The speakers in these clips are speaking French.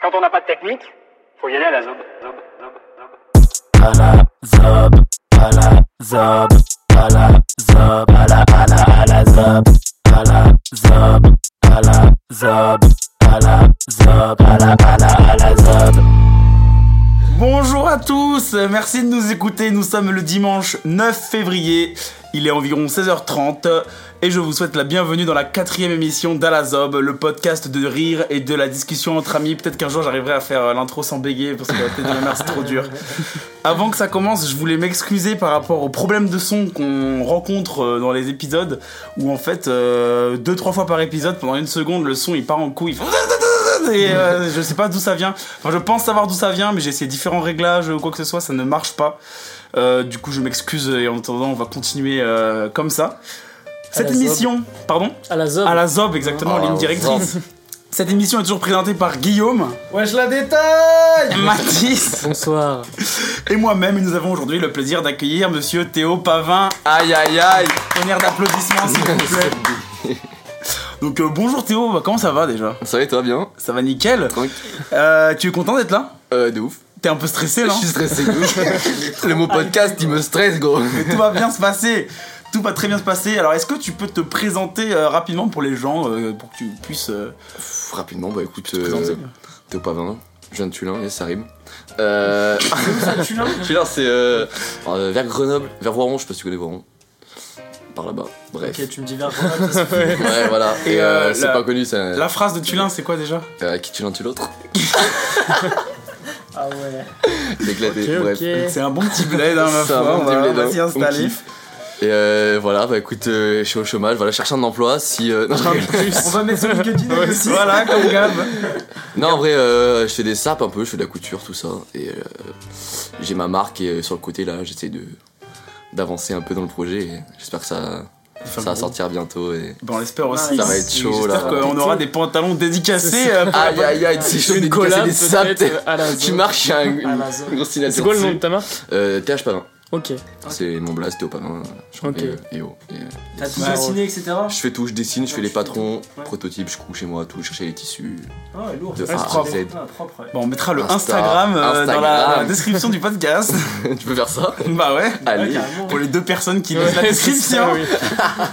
Quand on n'a pas de technique, faut y aller à la zob. zob, zob, zob. à la zob, à la zob, à la zob, à la, à la, à la zob, à la zob, à la zob, à la zob, à la, à la, à la zob. Bonjour à tous, merci de nous écouter. Nous sommes le dimanche 9 février, il est environ 16h30 et je vous souhaite la bienvenue dans la quatrième émission d'Alazob, le podcast de rire et de la discussion entre amis. Peut-être qu'un jour j'arriverai à faire euh, l'intro sans bégayer parce que la tête de ma mère c'est trop dur. Avant que ça commence, je voulais m'excuser par rapport aux problèmes de son qu'on rencontre euh, dans les épisodes où en fait euh, deux trois fois par épisode pendant une seconde le son il part en couille. Il fait Et euh, je sais pas d'où ça vient. Enfin, je pense savoir d'où ça vient, mais j'ai essayé différents réglages ou quoi que ce soit, ça ne marche pas. Euh, du coup, je m'excuse et en attendant, on va continuer euh, comme ça. Cette la émission, pardon, À la zob. à la Zob, exactement, Ah, ligne directrice. Cette émission est toujours présentée par Guillaume, Wesh la détaille Mathis Bonsoir. et moi-même. Et nous avons aujourd'hui le plaisir d'accueillir monsieur Théo Pavin. Aïe aïe aïe Tonnerre d'applaudissements, s'il vous plaît. Donc, euh, bonjour Théo, bah, comment ça va déjà Ça va et toi bien Ça va nickel. Tranquille. Euh, tu es content d'être là Euh de ouf. T'es un peu stressé Je là hein suis stressé de ouf. Le mot podcast il me stresse gros. Tout va bien se passer. Tout va très bien se passer. Alors, est-ce que tu peux te présenter euh, rapidement pour les gens, euh, pour que tu puisses. euh, Pff, Rapidement bah écoute présenter. euh, Théo Pavin, je viens de Tulin, yes, ça rime. Euh. Ah, Tulin c'est euh. euh, Vers Grenoble, vers Rouen, je sais pas si tu connais Rouen. Par là-bas, bref. Ok, tu me dis vers Grenoble, ça se fait. Ouais voilà. Et, Et, euh, euh, c'est la- pas connu ça. La phrase de Tulin, c'est quoi déjà Euh, qui tue l'un tue l'autre. Ah ouais. C'est éclaté, Ok, bref. ok. C'est un bon petit bled, hein, ma C'est foi. un bon on petit va- bled, on va hein. s'y installer. On kiffe. Et euh, voilà, bah écoute, euh, je suis au chômage, voilà, je cherche un emploi. Si. euh, non, je rigole. On va mettre sur LinkedIn aussi. Voilà, comme Gab. Non, en vrai, euh, je fais des sapes un peu, je fais de la couture, tout ça. Et euh, j'ai ma marque et euh, sur le côté là, j'essaie de d'avancer un peu dans le projet. et J'espère que ça, ça va sortir bientôt. Et... Bon, on l'espère aussi. Ça va être chaud, J'espère Oh là. qu'on aura des pantalons dédicacés. euh, pour- Aïe aïe aïe, c'est chaud de Une dédicacer collab des sapes. peut-être t'es- euh, à la Tu zob. marches, il y a un- À une la zob. grosse signature C'est quoi le nom de dessus. ta marque euh, TH Pavin. Ok. C'est mon blast, Théo Pavin. Je Ok. et oh. et, euh, T'as tout Ouais. dessiné, etc. Je fais tout, je dessine, je fais Ah, Ouais, les tu fais patrons, Ouais. prototypes, je couds chez moi, tout, je cherche les tissus. Ah ouais, lourd. De ça, A c'est à propre. Z. Ah, propre, ouais. Bon, on mettra le Insta, Instagram, euh, Dans, la, dans la Instagram. description du podcast. tu peux faire ça bah ouais. Allez. carrément. Pour les deux personnes qui lisent la Ouais, c'est ça, description. oui. Ah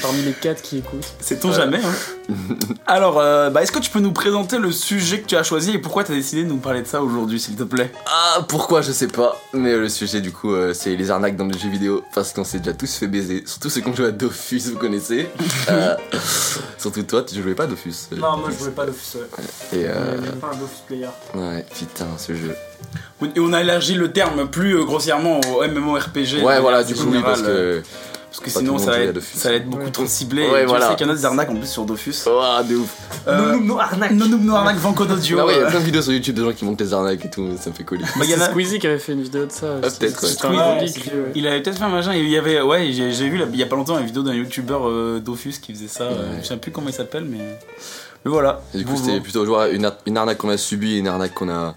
Parmi les quatre qui écoutent. C'est on Ouais. jamais. hein. Alors, euh, bah, est-ce que tu peux nous présenter le sujet que tu as choisi et pourquoi tu as décidé de nous parler de ça aujourd'hui, s'il te plaît Ah, pourquoi je sais pas, mais euh, le sujet du coup euh, c'est les arnaques dans les jeux vidéo parce qu'on s'est déjà tous fait baiser, surtout ceux qui ont joué à Dofus, vous connaissez. Euh, surtout toi, tu jouais pas à Dofus. euh, Non, moi je voulais pas l'office. ouais. Et euh, Je voulais pas un Dofus player. ouais, putain, ce jeu. Et on a élargi le terme plus euh, grossièrement au MMORPG. Ouais, de voilà, manière du coup, oui, parce générale, que. euh, parce que pas sinon tout le ça va, monde joue à être, Dofus. ça va être beaucoup trop ciblé. Ouais, et voilà. Je sais qu'il y en a des arnaques en plus sur Dofus. Ouah, Oh, ah, de ouf. Non, Euh, non, non, arnaque. Non, non, non, arnaque Vanco d'audio. Ah ouais, il y a euh, plein de vidéos sur YouTube de gens qui montent les arnaques et tout, ça me fait coller. bah, il y en a- C'est Squeezie qui avait fait une vidéo de ça. aussi. peut-être, ouais. C'était un Squeezie, relique, lui, c'est Ah, ouais. Il avait peut-être fait un machin, il y avait, ouais, j'ai j'ai vu là, il y a pas longtemps une vidéo d'un youtubeur euh, Dofus qui faisait ça, euh, Ouais. je sais plus comment il s'appelle, mais. Mais voilà. Et du coup, Bon, c'était bon. plutôt genre une, ar- une arnaque qu'on a subie et une arnaque qu'on a.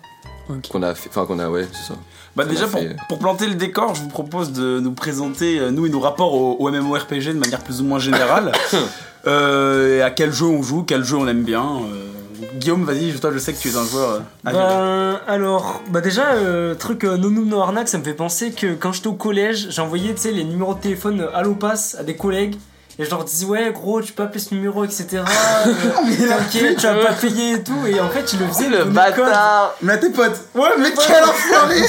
Ok. qu'on a fait. Enfin, qu'on a, ouais, c'est ça. Oh, Bah, qu'on déjà, a pour, fait. pour planter le décor, je vous propose de nous présenter, euh, nous et nos rapports au, au MMORPG de manière plus ou moins générale. Euh, et à quel jeu on joue, quel jeu on aime bien. euh. Guillaume, vas-y, je- toi, je sais que tu es un joueur euh, Ah, avéré. Ben, alors, bah déjà, euh, truc euh, non, non, non, arnaque, ça me fait penser que quand j'étais au collège, j'envoyais, tu sais, les numéros de téléphone euh, Allo Pass à des collègues. Et je leur disais, ouais, gros, tu peux appeler ce numéro, etc. euh, T'inquiète, tu vas pas payer et tout. Et en fait, ils le Oh, faisaient. ils donnaient le code. Mais à tes potes Ouais, mais quel enfoiré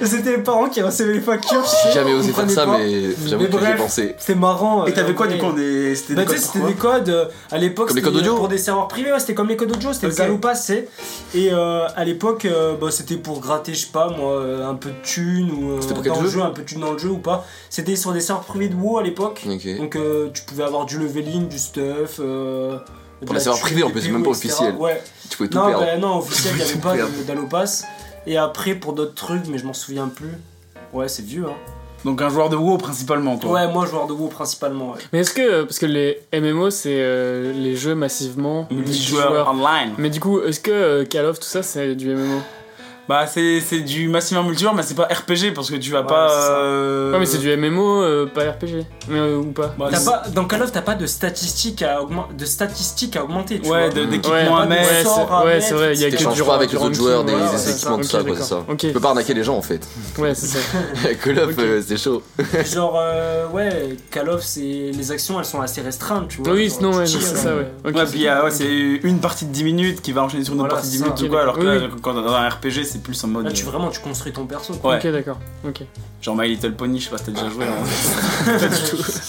Et C'était les parents qui recevaient les factures. J'ai jamais osé faire comprenez ça, pas. mais j'avoue Mais que j'ai bref. pensé. C'était marrant. Et euh, t'avais quoi ouais. du coup on est... C'était bah, des tu codes sais, c'était pour des quoi codes euh, à l'époque Comme les c'était, codes euh, audio. pour des serveurs privés, ouais, c'était comme les codes audio, c'était Ok. le Galopas, c'est. Et euh, à l'époque, euh, bah, c'était pour gratter, je sais pas moi, euh, un peu de thunes ou euh, C'était pour quel dans le jeu jeu, un peu de thunes dans le jeu ou pas. C'était sur des serveurs privés de WoW à l'époque. Ok. Donc euh, tu pouvais avoir du leveling, du stuff. euh, de Pour la les serveurs thune, privés, en des plus, PO, même pas etc. officiel. Ouais, Tu pouvais tout non, perdre. bah, non, officiel, il n'y avait Tout pas perdre. de- d'allopass. Et après, pour d'autres trucs, mais je m'en souviens plus. Ouais, c'est vieux, hein. Donc un joueur de WoW principalement quoi. Ouais, moi, joueur de WoW principalement. Ouais. Mais est-ce que. euh, Parce que les MMO, c'est euh, les jeux massivement. Multijoueur online. Mais du coup, est-ce que euh, Call of, tout ça, c'est du MMO Bah, c'est c'est du maximum multijoueur, mais c'est pas RPG parce que tu vas pas. c'est ça. euh, Ouais, mais c'est du MMO, euh, pas RPG. Mais, euh, ou pas. bah, T'as c'est- pas, dans Call of, t'as pas de statistiques à, augmen- de statistiques à augmenter. Tu Ouais, vois. de- Mm. d'équipement Ouais, à mais- mettre. Ouais, sort c'est- à ouais, mettre, c'est vrai, il y a que T'échanges du pas avec du les autres joueurs, des, ranking, ouais, des c'est équipements, tout ça, quoi, c'est ça. Ok, Tu peux d'accord. pas arnaquer les gens en fait. Ok, ouais, c'est ça. Call of, Ok. euh, c'est chaud. Ah, Genre, euh, ouais, Call of, c'est les actions, elles sont assez restreintes, tu vois. Oui, Genre, sinon, tu ouais, tires, c'est ça, ouais. Ok. Ouais, puis euh, ouais, c'est une partie de 10 minutes qui va enchaîner sur une autre Voilà, partie de 10 c'est ça. minutes ou quoi, alors que Oui, là, oui. quand dans un RPG, c'est plus en mode. Là, tu euh, vraiment, tu construis ton perso. quoi. Ouais, Ok, d'accord. Ok. genre My Little Pony, je sais pas si t'as déjà joué. Hein.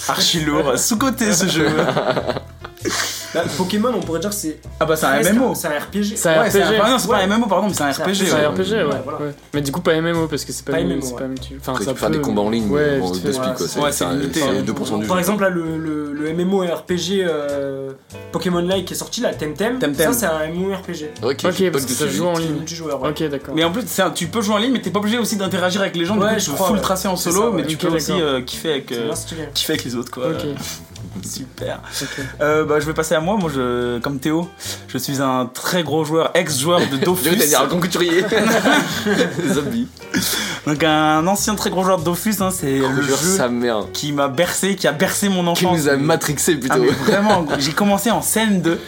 Archi lourd, sous-côté ce jeu. Là, Bah, Pokémon, on pourrait dire que c'est Ah bah, c'est un presque- MMO. C'est un RPG. C'est un Ouais, c'est un- RPG. ah non, c'est pas Ouais. un MMO, pardon, mais c'est un C'est un RPG. C'est ouais. un RPG, ouais. Ouais, voilà. ouais. Mais du coup, pas MMO parce que c'est pas Pas une- MMO, c'est ouais. pas multi- Enfin, Après, ça tu peux faire des peut, combats en ligne, Ouais, bon, vite deux fait. speed, quoi. Ouais, C'est c'est un- limité, c'est hein. 2% du Par jeu. exemple, là, le, le, le MMORPG euh, Pokémon Like qui est sorti, là, Temtem, Temtem. ça, c'est un MMORPG. Ok, Ok, bonne parce que ça question. joue en C'est ligne. multijoueur, ouais. Ok, d'accord. Mais en plus, c'est un- tu peux jouer en ligne, mais t'es pas obligé aussi d'interagir avec les gens. du Ouais, coup, je tu peux crois, full ouais. tracer en C'est solo, ça, ouais. mais tu Ok, peux aussi d'accord. euh, kiffer avec. C'est euh, bien stylé. Kiffer avec les autres quoi. Ok, Super. ok. Euh, bah, je vais passer à moi. Moi, je, comme Théo, je suis un très gros joueur, ex-joueur de Je vais Dofus. dire un grand couturier. Zombie. Donc, un ancien très gros joueur de Dofus. hein, c'est le jeu Jure sa mère. qui m'a bercé, qui a bercé mon Qui enfance. nous a matrixé Ah, plutôt. mais vraiment, j'ai commencé en scène 2.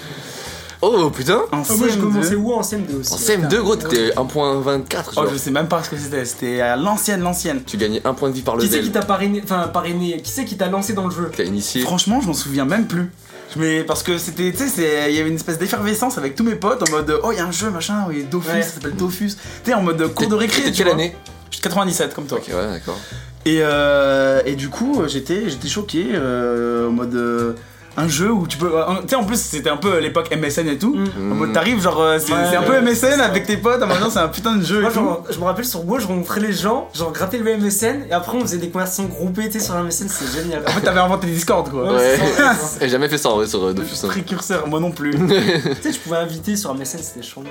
Oh putain. En Ah, moi, je CM2. commençais où en CM2 aussi En CM2, gros, t'étais 1.24. Oh, genre. je sais même pas ce que c'était. C'était à l'ancienne, l'ancienne. Tu gagnais un point de vie par le Qui c'est qui level. t'a parrainé Enfin, parrainé. Qui c'est qui t'a lancé dans le jeu T'as initié. Franchement, je m'en souviens même plus. Mais parce que c'était, tu sais, c'est- il y avait une espèce d'effervescence avec tous mes potes en mode oh, il y a un jeu machin, oui, Dofus, Ouais. ça s'appelle Dofus. Tu sais, en mode cours de récré. T'étais tu quelle vois. année Je suis 97 comme toi. Ok, ouais, d'accord. Et, euh, et du coup, j'étais, j'étais choqué euh, en mode euh, un jeu où tu peux. euh, Tu sais, en plus, c'était un peu l'époque MSN et Mm. tout. En Hmm. mode t'arrives, genre, euh, c'est Ouais, c'est un peu ouais, MSN avec tes potes, en mode non, c'est un putain de jeu. Moi, et tout. genre, je me rappelle sur WoW, je rencontrais les gens, genre, grattais le MSN, et après, on faisait des conversations groupées, tu sais, sur MSN, c'est génial. En fait, t'avais inventé Discord quoi. Ouais, Ouais. c'est ça, ouais. Eh, J'ai jamais fait ça en vrai sur euh, Dofus. hein. Précurseur, moi non plus. tu sais, tu pouvais inviter sur MSN, c'était chambé.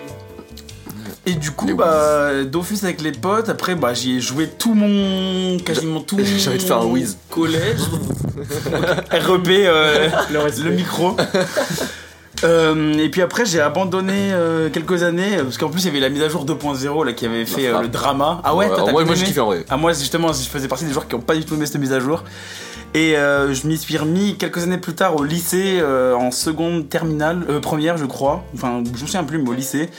Et du coup, Les bah, Dofus avec les potes, après, bah, j'y ai joué tout mon. quasiment tout mon. J'ai envie de faire un whiz. Collège. REP, euh, Le respect. le micro. Euh, et puis après, j'ai abandonné euh, quelques années, euh, parce qu'en plus, il y avait la mise à jour 2.0 là qui avait fait euh, frappe. le drama. Ah ouais, toi, t'as moi, bien moi je aimé kiffe en vrai. Ah, moi, justement, je faisais partie des joueurs qui n'ont pas du tout aimé cette mise à jour. Et euh, je m'y suis remis quelques années plus tard au lycée, euh, en seconde terminale, euh, première, je crois. Enfin, je me souviens plus, mais au lycée.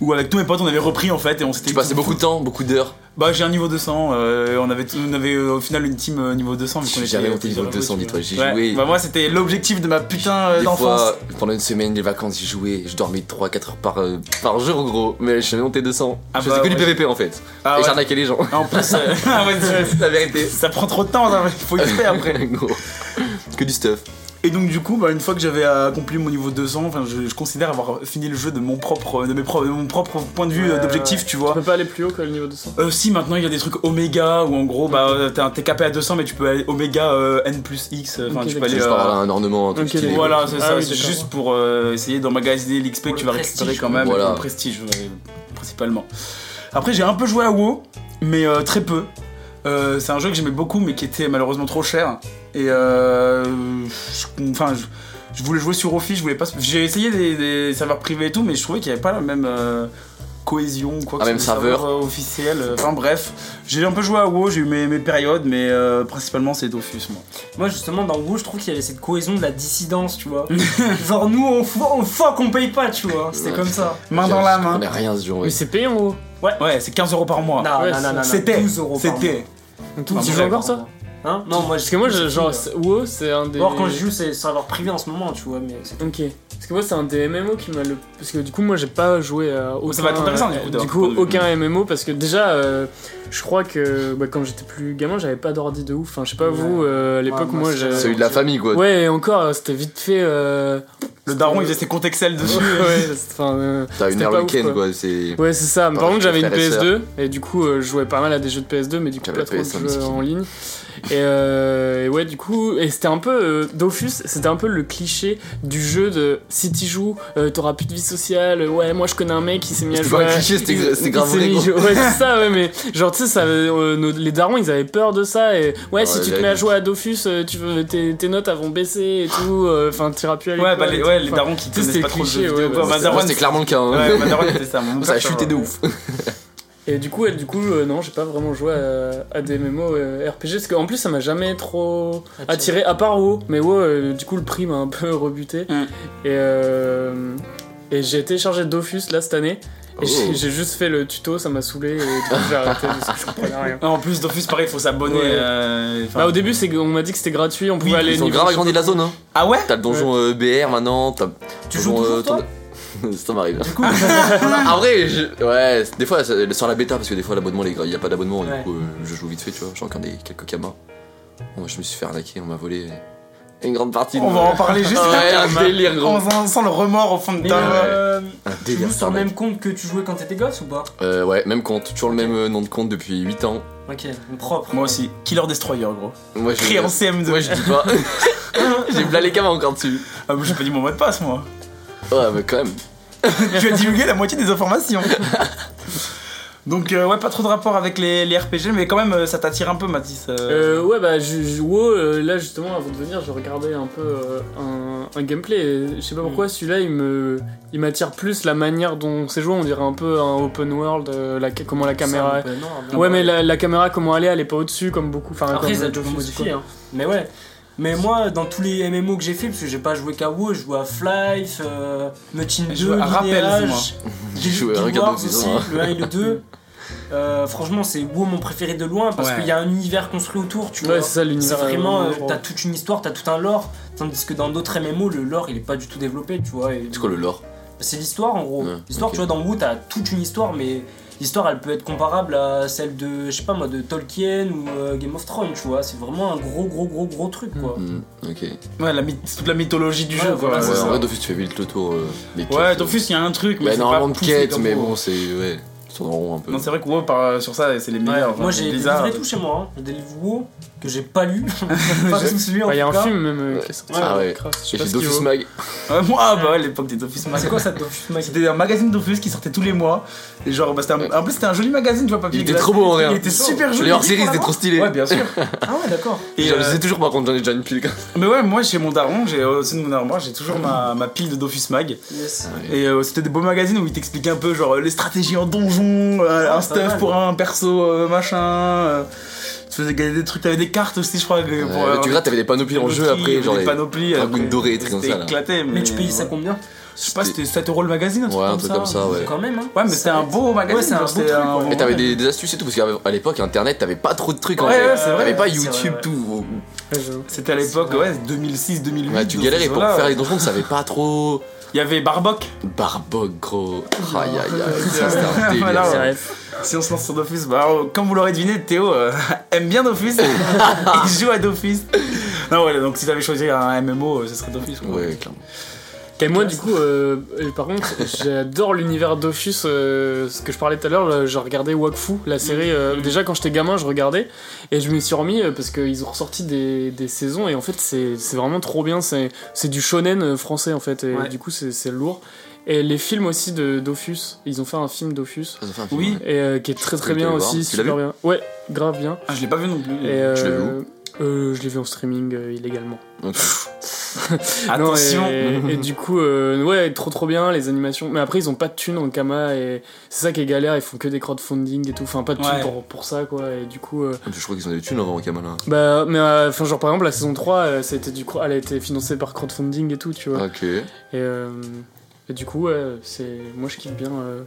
Où avec tous mes potes, on avait repris en fait et on s'était. Tu passais beaucoup de temps, beaucoup d'heures. Bah, j'ai un niveau 200. euh, on avait, tout- on avait euh, au final une team euh, niveau 200. vu qu'on J'ai était jamais monté plusieurs niveau 200, tu vois. dis-toi, j'y Ouais, jouais. Bah, moi, c'était l'objectif de ma putain euh, Des d'enfance. fois, pendant une semaine, les vacances, j'y jouais. Je dormais 3-4 heures par, euh, par jour, gros. Mais je suis jamais monté 200. Ah je bah, faisais que du ouais. PVP en fait. Ah, et ouais. j'arnaquais les gens. En plus, euh, ah ouais, C'est la vérité. ça prend trop de temps, hein, il faut y faire après. Gros. Que du stuff. Et donc du coup, bah, une fois que j'avais accompli mon niveau 200, enfin, je, je considère avoir fini le jeu de mon propre, de mes pro- de mon propre point de vue euh, Ouais, d'objectif, tu Tu vois. peux pas aller plus haut que le niveau 200. Euh, si maintenant il y a des trucs oméga où en gros bah euh, t'as un TKP à 200 mais tu peux aller oméga euh, n plus x, euh, enfin Ok, tu peux d'accord. Je aller. vais euh, avoir un ornement, un Ok, truc stylé. les- voilà, c'est Ah ça, oui, c'est d'accord. juste pour euh, essayer d'emmagasiner l'XP que Pour tu le vas récupérer prestige, quand même, et voilà. pour le prestige ouais, principalement. Après j'ai un peu joué à WoW, mais euh, très peu. Euh, c'est un jeu que j'aimais beaucoup mais qui était malheureusement trop cher. Et euh, je- enfin, je, je voulais jouer sur Office, je voulais pas. J'ai essayé des, des serveurs privés et tout, mais je trouvais qu'il n'y avait pas la même euh, cohésion ou quoi. que Ah, ce même soit, serveur. euh, officiel. euh, Enfin bref, j'ai un peu joué à WoW, j'ai eu mes, mes périodes, mais euh, principalement c'est Dofus moi. Moi, justement, dans WoW, je trouve qu'il y avait cette cohésion de la dissidence, tu vois. genre, nous, on fuck, on fuck, on paye pas, tu vois. C'était Ouais. comme ça. Main dans la On main. rien ce jeu, ouais. Mais c'est payant, gros. Ouais, c'est 15 euros par mois. Non, Ouais, non, non, non, c'était- 12 euros par C'était. Tu Ah, joues bon, encore ça Hein Non, moi, Parce que moi, je- genre, Ou c'est- WoW, c'est un des. alors euh. quand je joue, c'est serveur privé en ce moment, tu vois, mais c'est Ok. Parce que moi, c'est un des MMO qui m'a le. Parce que du coup, moi, j'ai pas joué à aucun. euh, Ça va être intéressant, du coup, d'avoir ton point de vue. aucun MMO parce que déjà, euh, je crois que bah, quand j'étais plus gamin, j'avais pas d'ordi de ouf. Enfin, je sais pas Ouais. vous, euh, à Ouais, l'époque, moi, moi, c'est- j'ai. Celui de la famille, quoi. Ouais, et encore, euh, c'était vite fait. euh, Le daron il faisait ses comptes Excel dessus. ouais, c'est- enfin, euh, T'as une c'était heure pas le ouf, week-end, quoi. quoi. C'est. Ouais, c'est ça. Mais Par par contre, contre, j'avais une frère et PS2 et du coup, euh, je jouais pas mal à des jeux de PS2, mais du coup, J'avais pas la trop de PS1 jeux Miski. en ligne. Et, euh, et ouais, du coup, et c'était un peu euh, Dofus, c'était un peu le cliché du jeu de si t'y joues, euh, t'auras plus de vie sociale. Ouais, moi je connais un mec qui s'est mis à C'était jouer. pas à- un cliché, c'était il- gra- c'était il grave s'est vrai, mis- gros. Ouais, c'est ça, ouais, mais genre, tu sais, ça, euh, nos- les darons ils avaient peur de ça. Et ouais, Ah Ouais, si tu te la mets à vie. jouer à Dofus, euh, tu veux, tes, tes notes elles vont baisser et tout. euh, Enfin, t'iras plus à l'école. Ouais, bah, les, et ouais, tout. les Enfin, darons qui tu sais, connaissent c'était pas trop le cliché, jeu ouais, vidéo. bah, quoi. Moi, Mazaron, c'était clairement le cas. hein. Ouais, Mazaron, c'était ça. Mon Ça a père, chuté de ouf. Et Et du coup, elle, du coup, euh, non, j'ai pas vraiment joué à, à des MMO euh, RPG parce qu'en plus, ça m'a jamais trop attiré, à part WoW. Mais WoW, euh, du coup, le prix m'a un peu rebuté. Mm. Et, euh, et j'ai téléchargé Dofus là cette année. Et Oh. j'ai- j'ai juste fait le tuto, ça m'a saoulé et du coup, j'ai arrêté parce que je comprenais rien. En plus, Dofus, pareil, faut s'abonner. Ouais. euh, enfin- Bah, au début, c'est- on m'a dit que c'était gratuit, on pouvait aller Ils ont niveau- grave agrandi la zone, hein. ah ouais T'as le donjon euh, BR maintenant, t'as. Tu ton joues donjon, euh, toujours, toi ton- Ça m'arrive. Du coup, En vrai, je- ouais, des fois, ça- sur la bêta, parce que des fois, l'abonnement, les gars, il n'y a pas d'abonnement, Ouais. du coup, euh, je joue vite fait, tu vois. J'ai encore des quelques camas. Bon, je me suis fait arnaquer, on m'a volé une grande partie de. On va en parler juste Ouais, après. un délire, gros. On sent- on sent le remords au fond de mais, ta euh, Un tu délire, joues sur le mec. même compte que tu jouais quand t'étais gosse ou pas Euh, ouais, même compte, toujours le même euh, nom de compte depuis 8 ans. Ok, donc propre. Moi aussi, Killer Destroyer, gros. Moi, Créé je. en CM2. Moi, je dis pas. J'ai blâ les camas encore dessus. Ah, mais j'ai pas dit mon mot de passe, moi. Ouais, mais quand même. tu as divulgué la moitié des informations. Donc, euh, ouais, pas trop de rapport avec les, les RPG, mais quand même, euh, ça t'attire un peu, Mathis. euh. Euh, ouais, bah, je, je- WoW, euh, là justement, avant de venir, je regardais un peu euh, un, un gameplay. et Je sais Mm. pas pourquoi, celui-là, il me, il m'attire plus la manière dont c'est joué. On dirait un peu un open world, euh, la, ca- comment la caméra. Ça, bah, non, non, ouais, mais la, la caméra, comment elle est, elle est pas au-dessus, comme beaucoup. Enfin, Après, comme- ça comme te beaucoup, modifie, quoi. hein. Mais ouais. Mais moi, dans tous les MMO que j'ai fait, parce que j'ai pas joué qu'à WoW, je joue à Flife, euh, Mutin 2, Je joue à Rappels, moi. Lineage, Je j'ai joue joué à à Regarde Wars Horizon, aussi, hein. le 1 et le 2. Euh, franchement, c'est WoW mon préféré de loin parce Ouais. qu'il y a un univers construit autour, tu Ouais, vois. c'est ça hein. C'est l'univers. vraiment, euh, euh, t'as toute une histoire, t'as tout un lore, tandis que dans d'autres MMO, le lore il est pas du tout développé, tu vois. et- C'est quoi le lore C'est l'histoire en gros. Ouais, l'histoire, ok. tu vois, dans WoW, t'as toute une histoire, mais l'histoire elle peut être comparable à celle de, je sais pas moi, de Tolkien ou euh, Game of Thrones, tu vois. C'est vraiment un gros, gros, gros, gros truc quoi. Hmm, Ok. Ouais, la myth- toute la mythologie du Ouais, jeu, quoi. voilà, Ah, c'est Ouais, ça. en vrai, Dofus, tu fais vite le tour euh, des quêtes. Ouais, Dofus, il y a un truc, Il y mais a c'est énormément pas de poussé quêtes, comme mais WoW. bon, c'est. Ouais, ils tournent en rond un peu. Non, c'est vrai que WoW, par- sur ça, c'est les meilleurs. Moi enfin, j'ai des Blizzard. livres et tout chez moi, hein. j'ai des livres WoW que j'ai pas lu, pas tous lu bah, en Il y a tout un cas. film même euh, Ouais. qui est sorti. Ah euh, ouais. Craft, je sais J'ai pas fait ce qu'il Dofus vaut. Mag. Ouais, moi, ah, bah ouais, l'époque des Dofus Mag. C'est quoi ça Dofus Mag C'était un magazine Dofus qui sortait tous les mois. Et genre, bah, c'était un... en plus, c'était un joli magazine, tu vois, papier. Il était glace. trop beau en vrai. Il hein. était super joli. Les hors-séries, c'était trop stylé. Ouais, bien sûr. Ah ouais, d'accord. Et, Je le euh, sais toujours par contre, j'en ai déjà une pile. Mais ouais, moi chez mon daron, j'ai euh, au-dessus de mon armoire, j'ai toujours ma, ma pile de Dofus Mag. Yes. Et euh, c'était des beaux magazines où ils t'expliquaient un peu genre euh, les stratégies en donjon, euh, Ah, un pas stuff mal. pour un perso euh, machin. euh, tu faisais gagner des trucs, t'avais des cartes aussi, je crois. que Ouais, pour, euh, tu grattes, t'avais des panneaux en jeu loterie, après, genre des les- panoplies. dragons après. dorés, des trucs comme C'était ça, là. éclaté, mais. Mais tu payais ça combien Je sais pas, c'était 7 euros le magazine, un truc Ouais, un comme truc ça. comme ça, ouais. Quand même, hein. Ouais, mais c'était un beau magazine, Ouais, c'est un genre, beau c'était truc, ouais. Et t'avais des, des astuces et tout, parce qu'à l'époque, internet, t'avais pas trop de trucs en Ouais, vrai. ouais, c'est vrai. T'avais pas C'est vrai, YouTube, ouais. tout. Ouais, j'avoue. C'était à l'époque, ouais, 2006, 2008. Ouais, tu dans galérais ces pour eaux-là, faire ouais. les donjons, tu savais pas trop. Il y avait Barboc. Barbog, gros. Aïe aïe aïe, ça c'était un délire. Voilà, ça. ouais. Bref. Si on se lance sur Dofus, bah alors, comme vous l'aurez deviné, Théo euh, aime bien Dofus et joue à Dofus. Non, ouais, donc si t'avais choisi un MMO, euh, ce serait Dofus. quoi. Ouais, clairement. Et moi, du coup, euh, euh, par contre, j'adore l'univers Dofus. euh, ce que je parlais tout à l'heure, là, j'ai regardé Wakfu, la Mm. série. euh, Déjà, quand j'étais gamin, je regardais. Et je me suis remis euh, parce qu'ils ont ressorti des, des saisons. Et en fait, c'est c'est vraiment trop bien. C'est c'est du shonen euh, français, en fait. Et Ouais. du coup, c'est c'est lourd. Et les films aussi de Dofus. Ils ont fait un film Dofus. Ça, ça fait un film, Oui, ouais. Et euh, qui est très très peux bien le voir. aussi. Tu l'as Mm. Super bien. Ouais, grave bien. Ah, je l'ai pas vu non plus. Et, euh, Tu l'as vu où euh, Je l'ai vu en streaming euh, illégalement. Donc, Non, Attention. et, et du coup, euh, ouais, trop trop bien les animations. Mais après, ils ont pas de thunes en Kama et c'est ça qui est galère. Ils font que des crowdfunding et tout. Enfin, pas de thunes Ouais. pour, pour ça quoi. Et du coup, euh, Je crois qu'ils ont des thunes en vrai en Kamala. bah, mais euh, enfin, genre par exemple, la saison 3, euh, ça a été, du coup, elle a été financée par crowdfunding et tout, tu vois. Ok. Et, euh, et du coup, ouais, c'est moi je kiffe bien euh,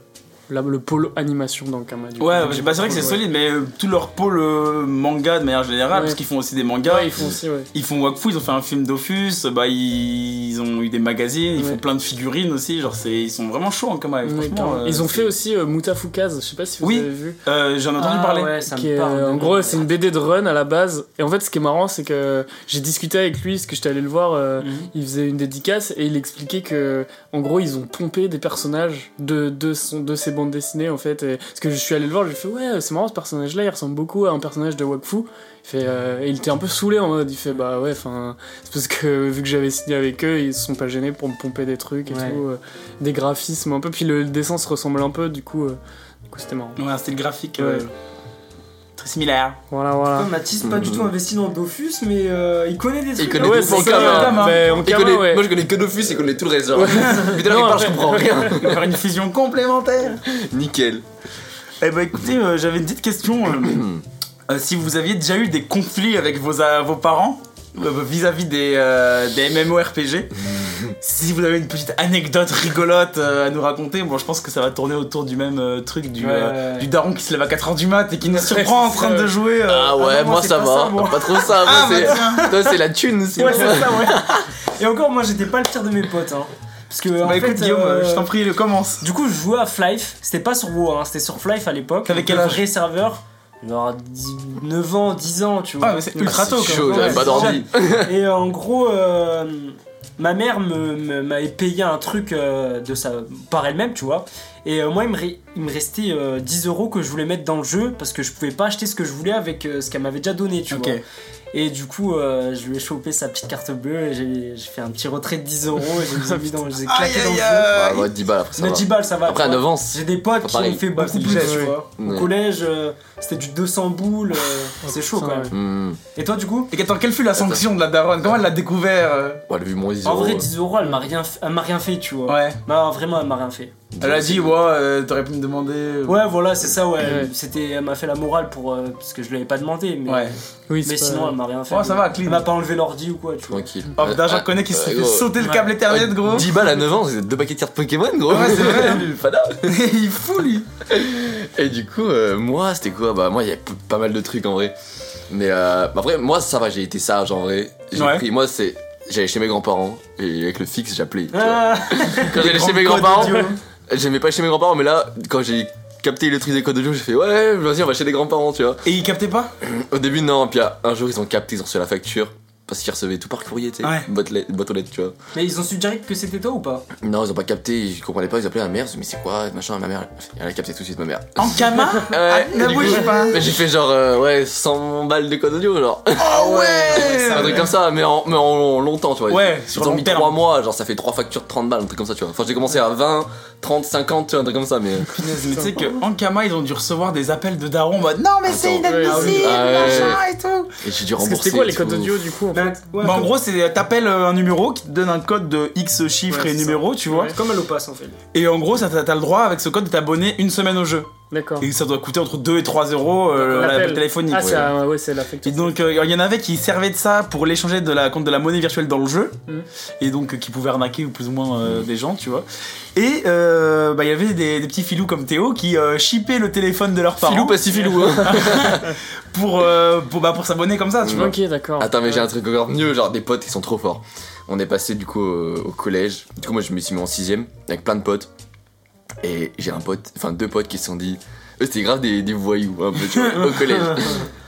la- le pôle animation dans Kama. Du coup. Ouais, bah, bah, c'est vrai que c'est Ouais. solide, mais euh, tout leur pôle euh, manga de manière Ouais. générale, parce qu'ils font aussi des mangas, Ouais, ils font aussi, ouais. ils font Wakfu, ils ont fait un film Dofus, bah ils, ils ont eu des magazines, ils Ouais. font plein de figurines aussi, genre c'est ils sont vraiment chauds en comme Ouais, franchement. carrément. euh, ils ont c'est- fait aussi euh, Mutafukaz, je sais pas si vous Oui. avez vu. Euh, J'en ai entendu Ah, parler. ouais, ça me qui est, parle. euh, en gros, c'est une BD de run à la base. Et en fait, ce qui est marrant, c'est que j'ai discuté avec lui, parce que j'étais allé le voir, euh, Mhm. il faisait une dédicace et il expliquait que, en gros, ils ont pompé des personnages de, de, son, de ses bandes dessinées, en fait. Et- parce que je suis allé le voir, j'ai fait, ouais, c'est marrant, ce personnage-là, il ressemble beaucoup à un personnage de Wakfu. Il fait, euh, et il était un peu saoulé en mode, il fait, bah ouais, enfin, c'est parce que vu que j'avais signé avec eux, ils se sont pas gênés pour me pomper des trucs et Ouais. tout, euh, des graphismes un peu, puis le, le dessin se ressemble un peu, du coup, euh, du coup, c'était marrant. Ouais, un style graphique euh, Ouais. très similaire. Voilà, voilà. Ouais, Mathis, pas du tout investi dans Dofus, mais euh, il connaît des trucs. connaît Ah Ouais, des trucs c'est ça, en Kama. Kama. mais en Il Kama, connaît- Ben, ouais. Moi je connais que Dofus, il connaît tout le reste. Genre. Mais de là, Non, quelque part, je après- comprends rien. On va faire une fusion complémentaire. Nickel. Eh ben écoutez, euh, j'avais une petite question. euh, euh, si vous aviez déjà eu des conflits avec vos, euh, vos parents euh, vis-à-vis des, euh, des MMORPG, si vous avez une petite anecdote rigolote euh, à nous raconter, bon je pense que ça va tourner autour du même euh, truc du, Ouais, euh, ouais. du daron qui se lève à 4h du mat et qui nous surprend en c'est train ça, de ouais. jouer. euh, Ah ouais, non, moi, moi c'est ça pas va, ça, moi. pas trop ça. moi, Ah, bah c'est- tiens. toi c'est la thune, sinon. Ouais, c'est ça, ouais. Et encore, moi, j'étais pas le pire de mes potes, hein. Parce que, en Bah écoute fait, Guillaume, euh, euh, je t'en prie, le commence. Du coup, je jouais à Flife. C'était pas sur WoW, hein, c'était sur Flife à l'époque. T'avais Donc, quel le âge vrai serveur Genre 9 ans, 10 ans, tu vois. Ah mais c'est ultra tôt chaud, quand Ouais, j'avais pas c'est d'ordi. Et euh, en gros, euh, ma mère me- me- m'avait payé un truc euh, de sa, par elle-même, tu vois. Et euh, moi, il me, re- il me restait euh, 10 euros que je voulais mettre dans le jeu parce que je pouvais pas acheter ce que je voulais avec euh, ce qu'elle m'avait déjà donné, tu Ok. vois. Et du coup, euh, je lui ai chopé sa petite carte bleue et j'ai j'ai fait un petit retrait de 10 euros et je les ai mis dans, je les ai Aïe claqués dans le aïe jeu. Ouais, aïe ouais, 10 balles après ça. Mais va. 10 balles, ça va. Après à tu vois. 9 ans, c'est- J'ai des potes pas qui pareil. ont fait Bah, beaucoup c'est plus, léger, tu ouais. vois. Au Ouais. collège, euh, c'était du 200 boules. euh, c'est chaud putain, quand ouais. même. Hmm. Et toi, du coup Et attends, quelle fut la sanction de la daronne Comment elle l'a découvert euh Ouais, le vu moins 10 En euros. vrai, 10 euros, elle m'a rien, fait- elle m'a rien fait, tu vois. Ouais. Bah, vraiment, elle m'a rien fait. Elle a dit, ouais, euh, t'aurais pu me demander. euh. Ouais, voilà, c'est ça, ouais. Ouais. C'était, elle m'a fait la morale pour, euh, parce que je l'avais pas demandé, mais, Ouais. Oui, mais c'est pas- sinon, elle m'a rien fait. Oh, ça va, Elle clean. m'a pas enlevé l'ordi ou quoi, tu vois. Tranquille. Oh Ouais, putain, j'en ah, connais qui se ouais, fait gros. sauter le câble Ethernet, Ouais, gros. 10 balles à 9 ans, c'est deux paquets de cartes Pokémon, gros. Ouais, c'est vrai. Le fada. Il est fou, lui. Et du coup, euh, moi, c'était quoi Bah, moi, il y a p- pas mal de trucs en vrai. Mais euh, bah, après, moi, ça va, j'ai été sage en vrai. J'ai Ouais. pris, moi, c'est. J'allais chez mes grands-parents et avec le fixe, j'appelais. tu vois. Ah, Quand j'allais chez mes grands codes grands-parents, audio. j'aimais pas chez mes grands-parents, mais là, quand j'ai capté le truc des codes de jeu, j'ai fait ouais, vas-y, on va chez les grands-parents, tu vois. Et il captait pas Au début, non, puis ah, un jour, ils ont capté, ils ont reçu la facture. Parce qu'ils recevaient tout par courrier, tu sais, Ouais. boîte, lettre- boîte aux lettres, tu vois. mais ils ont su direct que c'était toi ou pas Non, ils ont pas capté, ils comprenaient pas, ils appelaient ma mère, ils disaient, mais c'est quoi, machin, ma mère, elle a capté tout de suite, ma mère. En Kama Ah, Ouais, mais et du oui, coup, je sais pas. mais j'ai fait genre, euh, ouais, 100 balles de code audio, genre. Ah un truc ouais comme ça, mais en, mais en longtemps, tu vois. Ouais, ils, sur ils ont long mis terme. 3 mois, genre ça fait 3 factures de 30 balles, un truc comme ça, tu vois. Enfin, j'ai commencé à 20, 30, 50, tu vois, un truc comme ça, mais. euh, Punaise, mais tu sais qu'en Kama, ils ont dû recevoir des appels de daron en mode Non, mais c'est Attends, ouais, ah oui. inadmissible, Ah ouais. machin et tout. Et j'ai dû Parce que rembourser. c'était quoi les codes tout. audio du coup en fait Ben, ouais, Bah, en comme- gros, c'est t'appelles euh, un numéro qui te donne un code de X chiffres Ouais, et c'est ça. numéros, tu vois. ouais, Comme à l'OPAS en fait. Et en gros, ça, t'as t'as le droit avec ce code de t'abonner une semaine au jeu. D'accord. Et ça doit coûter entre 2 et 3 euros euh, l'appel téléphonique. Ah, Ouais. c'est la- ouais, c'est la Et facture. donc, euh, il y en avait qui servaient de ça pour l'échanger de la, contre de la monnaie virtuelle dans le jeu, Mhm. et donc euh, qui pouvaient arnaquer plus ou moins euh, des gens, tu vois. Et euh, bah, il y avait des, des petits filous comme Théo qui euh, shippaient le téléphone de leurs Filou, parents pas si filou, hein. pour, euh, pour, bah, pour s'abonner comme ça, tu vois. Ok, d'accord. Attends, mais j'ai un truc encore mieux, genre des potes, ils sont trop forts. On est passé du coup au, au collège. Du coup, moi, je me suis mis en 6 avec plein de potes. Et j'ai un pote, enfin deux potes qui se sont dit. Eux, c'était grave des, des voyous, un peu, tu vois, au collège.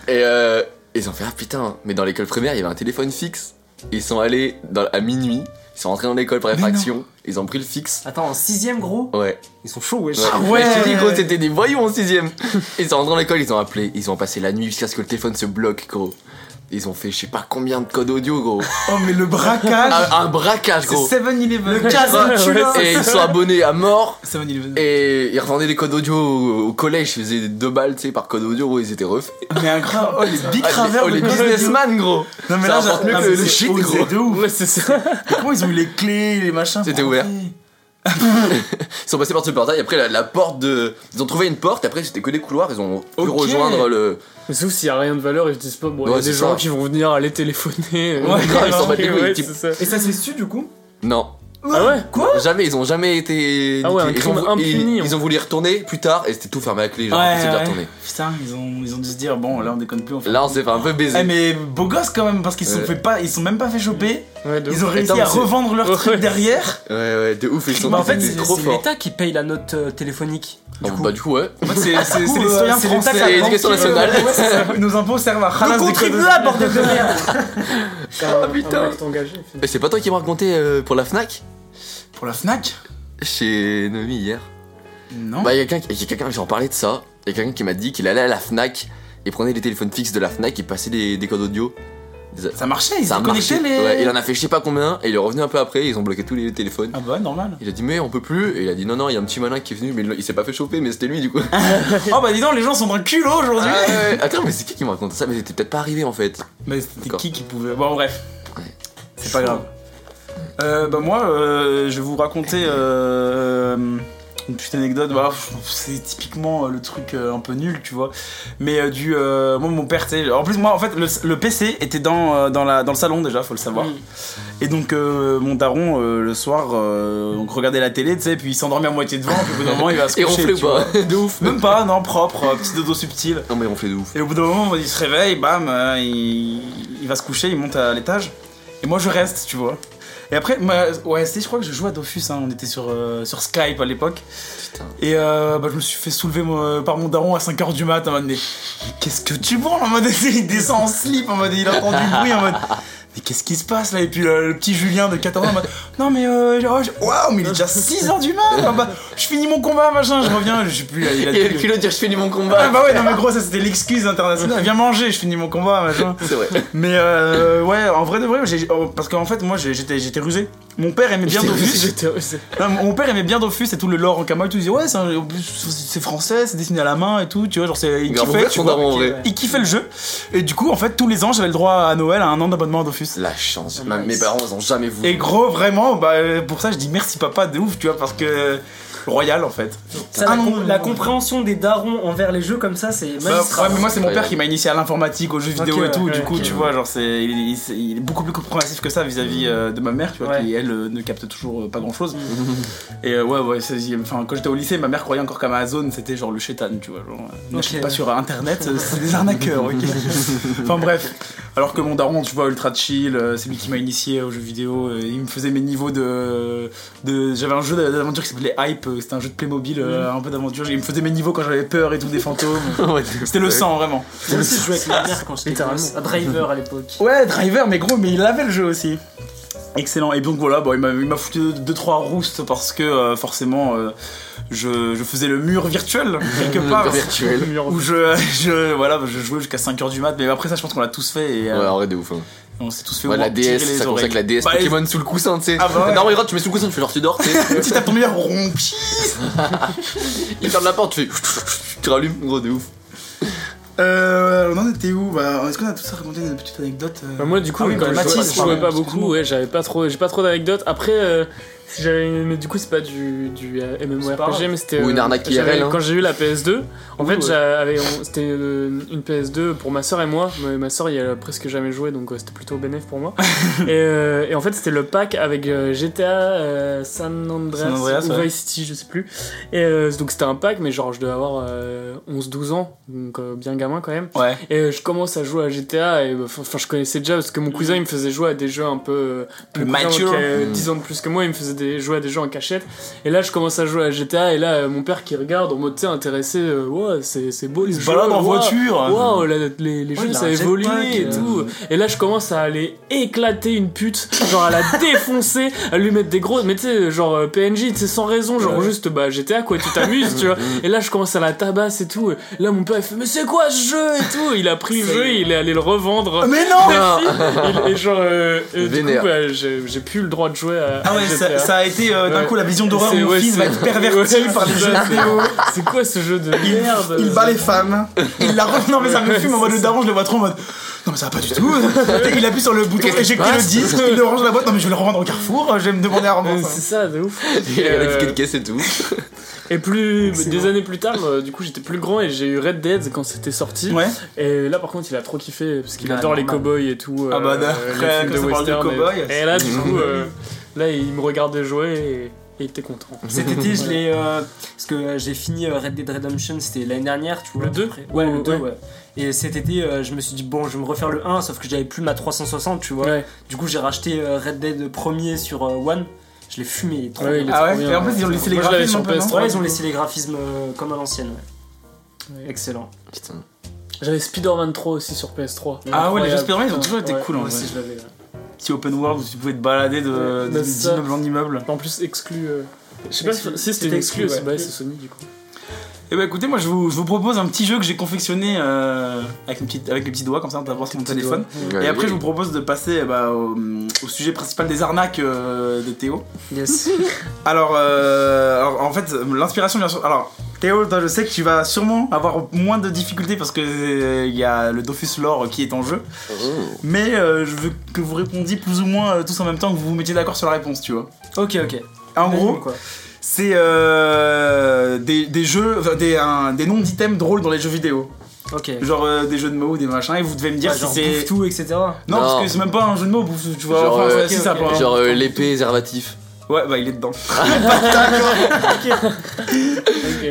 Et euh, ils ont fait, ah putain, mais dans l'école primaire, il y avait un téléphone fixe. Ils sont allés dans- à minuit, ils sont rentrés dans l'école par effraction, ils ont pris le fixe. Attends, en 6ème gros, Ouais. ils sont chauds, wesh. Ouais. Ah ouais. Mais je te dis, gros, c'était des voyous en 6 Ils sont rentrés dans l'école, ils ont appelé, ils ont passé la nuit jusqu'à ce que le téléphone se bloque, gros. Ils ont fait, je sais pas combien de codes audio, gros Oh, mais le braquage! un, un braquage Ah, gros. c'est 7-Eleven! Le Ah, casse Ouais, culot Et ils sont abonnés à mort 7-Eleven. et ils revendaient des codes audio au, au collège, ils faisaient deux balles tu sais par code audio gros, ils étaient refaits. Mais un grand. Oh, les big Ah, les, travers oh, les de- businessmen gros. Non, mais Ça là, rapporte j'ai- mieux non, que mais le c'est shit, osé gros. de ouf! Ouais, c'est ça. Mais Comment ils ont eu les clés, les machins? C'était pour ouvert. rentrer Ils sont passés par ce portail après la, la porte de ils ont trouvé une porte après c'était que des couloirs, ils ont pu Ok. rejoindre le Mais Sauf s'il y a rien de valeur, ils se disent pas, bon, il y Ouais, a des c'est gens ça. qui vont venir aller téléphoner. euh, Ouais, grave, ils s'en battent les couilles, ouais, type. c'est ça. Et ça s'est su du coup non, Ah ouais Quoi jamais ils ont jamais été Ah ouais, un niqués. ils, crime ont, vou- ils- impuni, ils ont voulu y retourner plus tard et c'était tout fermé à clé genre Ouais, c'est bien ouais. retourné. Putain, ils ont, ils ont dû se dire, bon, là on déconne plus, on fait Là on s'est fait un peu baiser. Eh mais beau gosse quand même parce qu'ils sont Ouais. fait pas, ils sont même pas fait choper. Ouais, de Ils ont ouf. réussi Attends, mais à c'est- revendre leur Ouais. truc derrière. Ouais ouais, de ouf ils sont Bah, en fait, devenus C'est trop c'est forts. l'État qui paye la note euh, téléphonique. Ah, Bah du coup ouais. En fait, c'est c'est- c'est coup, les euh, citoyens c'est l'État français. qui a Et l'éducation banquiers, nationale. euh, ouais, c'est ça. Nos impôts servent à Le ralas des contribuable, bordel de merde T'as Ah, un- putain. Ah, un mec engagé, finalement. Et c'est pas toi qui me racontais euh, pour la Fnac codes. Pour la Fnac chez Nomi hier. Non. Bah, il y a quelqu'un, il y a quelqu'un, j'en parlais de ça. Il y a quelqu'un qui m'a dit qu'il allait à la Fnac et prenait les téléphones fixes de la Fnac et passait des, des codes audio. Des- ça marchait, ils ça a ont marché. connecté les. Ouais, il en a fait je sais pas combien et il est revenu un peu après. Ils ont bloqué tous les téléphones. Ah bah normal. Il a dit mais on peut plus et il a dit non non il y a un petit malin qui est venu mais il, il s'est pas fait choper mais c'était lui du coup. oh bah dis donc, les gens sont dans le culot aujourd'hui. Ah ouais. Attends mais c'est qui qui me raconte ça mais c'était peut-être pas arrivé en fait. Mais c'était D'accord. qui qui pouvait. Bon, bref. Ouais. C'est pas grave. Euh, bah, moi, euh, je vais vous raconter euh, une petite anecdote, voilà, c'est typiquement euh, le truc euh, un peu nul, tu vois. Mais euh, du. euh, moi, mon père, tu sais, En plus, moi, en fait, le, le PC était dans, euh, dans, la, dans le salon déjà, faut le savoir. Oui. Et donc, euh, mon daron, euh, le soir, euh, donc, regardait la télé, tu sais, puis il s'endormait à moitié devant, puis au bout d'un moment, il va se Et coucher. ronfler ou tu pas vois. De ouf. Même pas, non, propre, euh, petit dodo subtil. Non, mais ronfler de ouf. Et au bout d'un moment, il se réveille, bam, euh, il, il va se coucher, il monte à l'étage. Et moi, je reste, tu vois. Et après, ma- ouais, c'est- je crois que je jouais à Dofus, hein, on était sur, euh, sur Skype à l'époque. Putain. Et euh, bah, je me suis fait soulever moi, par mon daron à 5h du mat en mode, mais qu'est-ce que tu branles En mode, il descend en slip, en mode, il entend du bruit, en mode, mais qu'est-ce qui se passe là Et puis le, le petit Julien de 14 ans, en mode, non mais, euh, genre, je- waouh, mais il est déjà 6h du mat en mode, Je finis mon combat, machin, je reviens, je sais plus, il a Et le dû- culot de dire je finis mon ah combat. bah ouais, non mais gros, ça c'était l'excuse internationale. Viens manger, je finis mon combat, machin. C'est vrai. Mais euh, ouais, en vrai de vrai, j'ai- oh, parce qu'en fait, moi j'ai- j'étais j'étais rusé. Mon père aimait bien Dofus. J'étais rusé. Non, mon père aimait bien Dofus et tout le lore en Kamal. Tout il disait, ouais, c'est un- en plus, c'est français, c'est dessiné à la main et tout, tu vois. Genre, c'est. Il Grave, kiffait, ouvert tu son vois. daron, en vrai. Il kiffait le jeu. Et du coup, en fait, tous les ans, j'avais le droit à Noël à un an d'abonnement à Dofus. La chance. Nice. Ma- Mes parents, ils ont jamais voulu. Et gros, vraiment, bah, euh, pour ça, je dis merci papa de ouf, tu vois, parce que. Royal en fait. Ça, Ah la, non, com- non, la non. compréhension des darons envers les jeux comme ça, c'est Bah, magistral. ouais, mais moi c'est mon père Incroyable. qui m'a initié à l'informatique, aux jeux vidéo Ok, et tout. ouais, du ouais, coup, ok. tu vois, genre c'est il, il- c'est- il est beaucoup plus compréhensif que ça vis-à-vis euh, de ma mère, tu vois, Ouais. qui elle euh, ne capte toujours euh, pas grand-chose. Mm. et euh, ouais, ouais, c'est- enfin quand j'étais au lycée, ma mère croyait encore qu'Amazon c'était genre le chétan, tu vois, genre euh, n'achète Ok. pas sur internet, euh, c'est des arnaqueurs. ok. enfin bref, alors que mon daron, tu vois, ultra chill, euh, c'est lui qui m'a initié aux jeux vidéo, euh, il me faisait mes niveaux de de- j'avais un jeu d'aventure qui s'appelait Hype, euh, c'était un jeu de Playmobil euh, Mm. un peu d'aventure, il me faisait mes niveaux quand j'avais peur et tout des fantômes. C'était le sang vraiment. Moi aussi, je jouais avec ma mère quand j'étais Littéralement. gosse. À Driver à l'époque. Ouais, Driver, mais gros, mais il avait le jeu aussi. Excellent. Et donc voilà, bon, il m'a- il m'a foutu 2-3 roustes parce que euh, forcément, euh, je, je faisais le mur virtuel, quelque part. virtuel. Où je, je, voilà, je jouais jusqu'à 5h du mat, mais après ça, je pense qu'on l'a tous fait et Ouais, euh, en vrai, de ouf. hein. on s'est tous fait Ouais, au moins la DS, tirer les c'est comme ça oreilles. que la DS Bah, Pokémon sous le coussin, tu sais. Ah bah ouais. Non, mais regarde, tu mets sous le coussin, tu fais genre tu dors, tu sais. Tu tapes ton meilleur rompi. Il ferme la porte, tu fais. Tu rallumes, gros, de ouf. Euh, on en était où bah, Est-ce qu'on a tous raconté une petite anecdote euh Bah, moi du coup Ah oui, quand bah, je Mathis, jouais- je jouais pardon, pas excuse-moi. beaucoup ouais j'avais pas trop j'ai pas trop d'anecdotes après euh, si j'avais mais du coup c'est pas du du euh, C'est pas MMORPG grave. mais c'était Ou une euh, arnaque j'avais- IRL, hein. quand j'ai eu la PS2 en fait ouais. j'avais on- c'était euh, une PS2 pour ma soeur et moi ma, ma soeur y a presque jamais joué donc euh, c'était plutôt bénéf pour moi et, euh, et en fait c'était le pack avec euh, GTA euh, San Andreas, San Andreas, ou ouais. Vice City je sais plus et euh, donc c'était un pack mais genre je devais avoir euh, 11-12 ans donc euh, bien gamin quand même Ouais. et euh, je commence à jouer à GTA et bah, enfin je connaissais déjà parce que mon cousin il me faisait jouer à des jeux un peu euh, Plus mon cousin mature. qui a Mm. 10 ans de plus que moi, il me faisait des, jouer à des jeux en cachette. Et là je commence à jouer à GTA et là euh, mon père qui regarde en mode tu sais, intéressé euh, ouais, c'est c'est beau les Il se jeux. balade en ouais, voiture. Waouh, la- les, les Ouais, jeux il a ça un évolue jetpack, et euh. tout. Et là, je commence à aller éclater une pute, genre à la défoncer, à lui mettre des gros. Mais tu sais, genre euh, PNJ, tu sais, sans raison, genre juste bah GTA quoi, tu t'amuses, tu vois. Et là, je commence à la tabasse et tout. Et là, mon père il fait, mais c'est quoi ce jeu et tout. Il a pris le C'est- jeu, il est allé le revendre. Mais non Il- et genre, euh, et du coup, Vénère. bah, j'ai j'ai plus le droit de jouer à. Ah à ouais, ça, GTA. ça a été euh, d'un Ouais. coup la vision d'horreur où C'est- mon ouais, fils va c'est- être perverti ouais, par les c'est jeux ça, vidéo. c'est- C'est quoi ce jeu de merde Il bat les femmes. Il la re- Non mais ça me fume en mode le daron, je le vois trop en mode. Non mais ça va pas du tout. il appuie sur le bouton Qu'est-ce qui se éjecter le passe disque, il le range dans la boîte. Non mais je vais le revendre au Carrefour, je vais me demander à Euh, revendre. C'est ça, de ouf. Il y a Euh, la ticket de caisse et tout. Et plus Excellent. des années plus tard, euh, du coup j'étais plus grand et j'ai eu Red Dead quand c'était sorti. Ouais. Et là par contre il a trop kiffé parce qu'il Ah, adore les normal. cowboys et tout. Ah bah, euh, d'après, les films quand ça parle de western et- cowboys. Et, là du coup euh, là il me regardait jouer et, et il était content. Cet été, je l'ai. euh, parce que euh, j'ai fini euh, Red Dead Redemption, c'était l'année dernière, tu vois. Le 2 après. Ouais, le Ouais. 2, ouais. Et cet été, euh, je me suis dit, bon, je vais me refaire le 1, sauf que j'avais plus ma 360, tu vois. Ouais. Du coup, j'ai racheté euh, Red Dead premier sur euh, One. Je l'ai fumé, il est trop Ouais, bien. il est Ah trop ouais, bien, et en plus, ils ont laissé les Moi, je l'avais graphismes sur un peu, non PS3. Ouais, ils ont laissé les graphismes euh, comme à l'ancienne, ouais. Ouais. Excellent. Putain. J'avais Spider-Man 3 aussi sur PS3. Ah ouais, les Incroyable. jeux Spider-Man ils ont toujours été Ouais, cool en Moi vrai. aussi, je l'avais. ouais. Petit open world où tu pouvais te balader de- Ouais, bah, de- c'est ça. d'immeuble en immeuble. En plus exclu. euh, Je sais pas Exclu. si c'était une C'était exclu, exclu, aussi. ouais. Bah, c'est Sony du coup. Et bah écoutez, moi je vous, je vous propose un petit jeu que j'ai confectionné euh, avec, une petite, avec les petits doigts comme ça, on va voir sur mon téléphone. Et après, je vous propose de passer bah, au, au sujet principal des arnaques euh, de Théo. Yes. Alors, euh, alors, en fait, l'inspiration, bien sûr. Alors, Théo, toi, je sais que tu vas sûrement avoir moins de difficultés parce que euh, il y a le Dofus Lore qui est en jeu. Oh. Mais euh, je veux que vous répondiez plus ou moins euh, tous en même temps, que vous vous mettiez d'accord sur la réponse, tu vois. ok, ok. En Imagine, gros, quoi. c'est euh, des, des jeux, enfin, des, un- des noms d'items drôles dans les jeux vidéo. Ok. Genre euh, des jeux de mots, des machins, et vous devez me dire Ouais, si genre c'est. bouffe tout, etc. Non, parce Non. que c'est même pas un jeu de mots, bouffe- tu vois. Genre, enfin, euh, si, ok, ça ok. prend- Genre euh, l'épée préservatif. Ouais, bah il est dedans.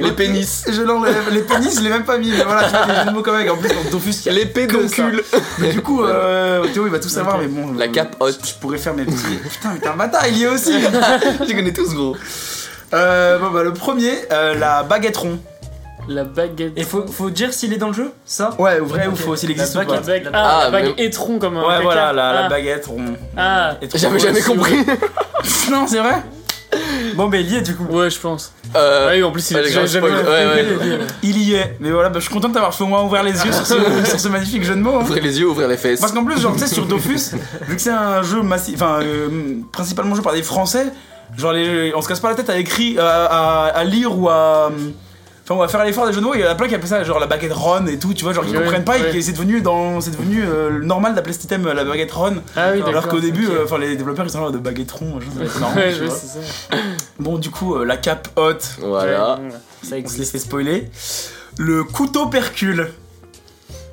Les pénis. Je l'enlève. Les pénis, je l'ai même pas mis, mais voilà, tu vois, les jeux de mots quand même. En plus, on t'offusque. L'épée Que ça. d'oncule. Mais du coup, euh, Théo, il va tout savoir, mais bon. La euh, cape haute. Je pourrais faire mes petits. Putain, mais t'es un bâtard, il y est aussi Tu connais tous, gros. euh, Bon, bah, le premier, euh, la baguette rond. La baguette. Et faut, faut dire s'il est dans le jeu, ça Ouais, ou vrai ou Ok. faux, s'il La existe ou La pas. baguette- bague, ah, Ah, la bague mais- étron comme un. Ouais, caca. voilà, la, la Ah, baguette rond. Ah, Et trop J'avais beau jamais aussi, compris. ouais. Non, c'est vrai Bon, bah, il y est du coup. Ah. ouais, je pense. Euh, Ouais, en plus, il ouais, a les déjà grands jamais spoils. compris. Ouais, Il y est. Mais voilà, bah, je suis content d'avoir fait au moins ouvert les yeux sur ce, sur ce magnifique jeu de mots. hein. Ouvrez les yeux, ouvrez les fesses. Parce qu'en plus, genre, tu sais, sur Dofus, vu que c'est un jeu massif, enfin, euh, principalement joué par des Français, genre, les- on se casse pas la tête à écrire, à, à- à lire ou à. Enfin, on va faire l'effort des jeux de mots, il y en a plein qui appellent ça genre la baguette Ron et tout, tu vois, genre qui Ouais, comprennent pas et ouais. qui- c'est devenu, dans, c'est devenu euh, normal d'appeler cet item euh, la baguette Ron, Ah oui, d'accord. alors qu'au début, ok. euh, enfin, les développeurs ils sont là de baguette Ron, genre, ça va être marrant, Ouais, tu ouais, vois. c'est ça. Bon, du coup, euh, la cape haute, Voilà. Ouais, ouais. Ça on se existe. laisse fait spoiler. Le couteau percule.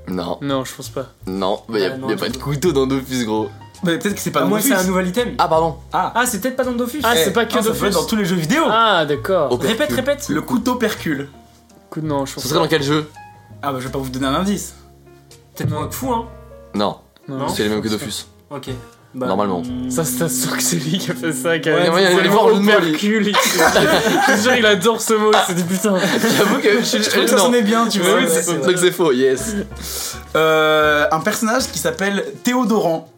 Non, Non, je pense pas. non, bah, y a, Ouais, non, y a pas de couteau dans Dofus, gros. Mais peut-être que c'est pas Ah, dans moi, Dofus. c'est un nouvel item. Ah, pardon. Ah, c'est peut-être pas dans Dofus. Eh, Ah, Eh, c'est pas que non, ça peut Dofus. être dans tous les jeux vidéo. Ah, d'accord. Oh, Répète, répète. Le couteau percule. Coup de- Non, je Ce pense serait pas. dans quel jeu Ah bah je vais pas vous donner un indice. Peut-être moins que fou, hein. Non, Non. c'est les mêmes que Dofus. Ok. Bah, Normalement. Ça, ça se sent que c'est lui qui a fait ça, qui Ouais, a ouais, il c'est est fort, mot le mot, lui. opercule, il- Je te jure, il adore ce mot, il s'est dit putain. J'avoue que je Je trouvais que ça sonnait bien, tu vois. oui, c'est Ouais, ça. Donc c'est faux, yes. Euh, un personnage qui s'appelle Théodorant.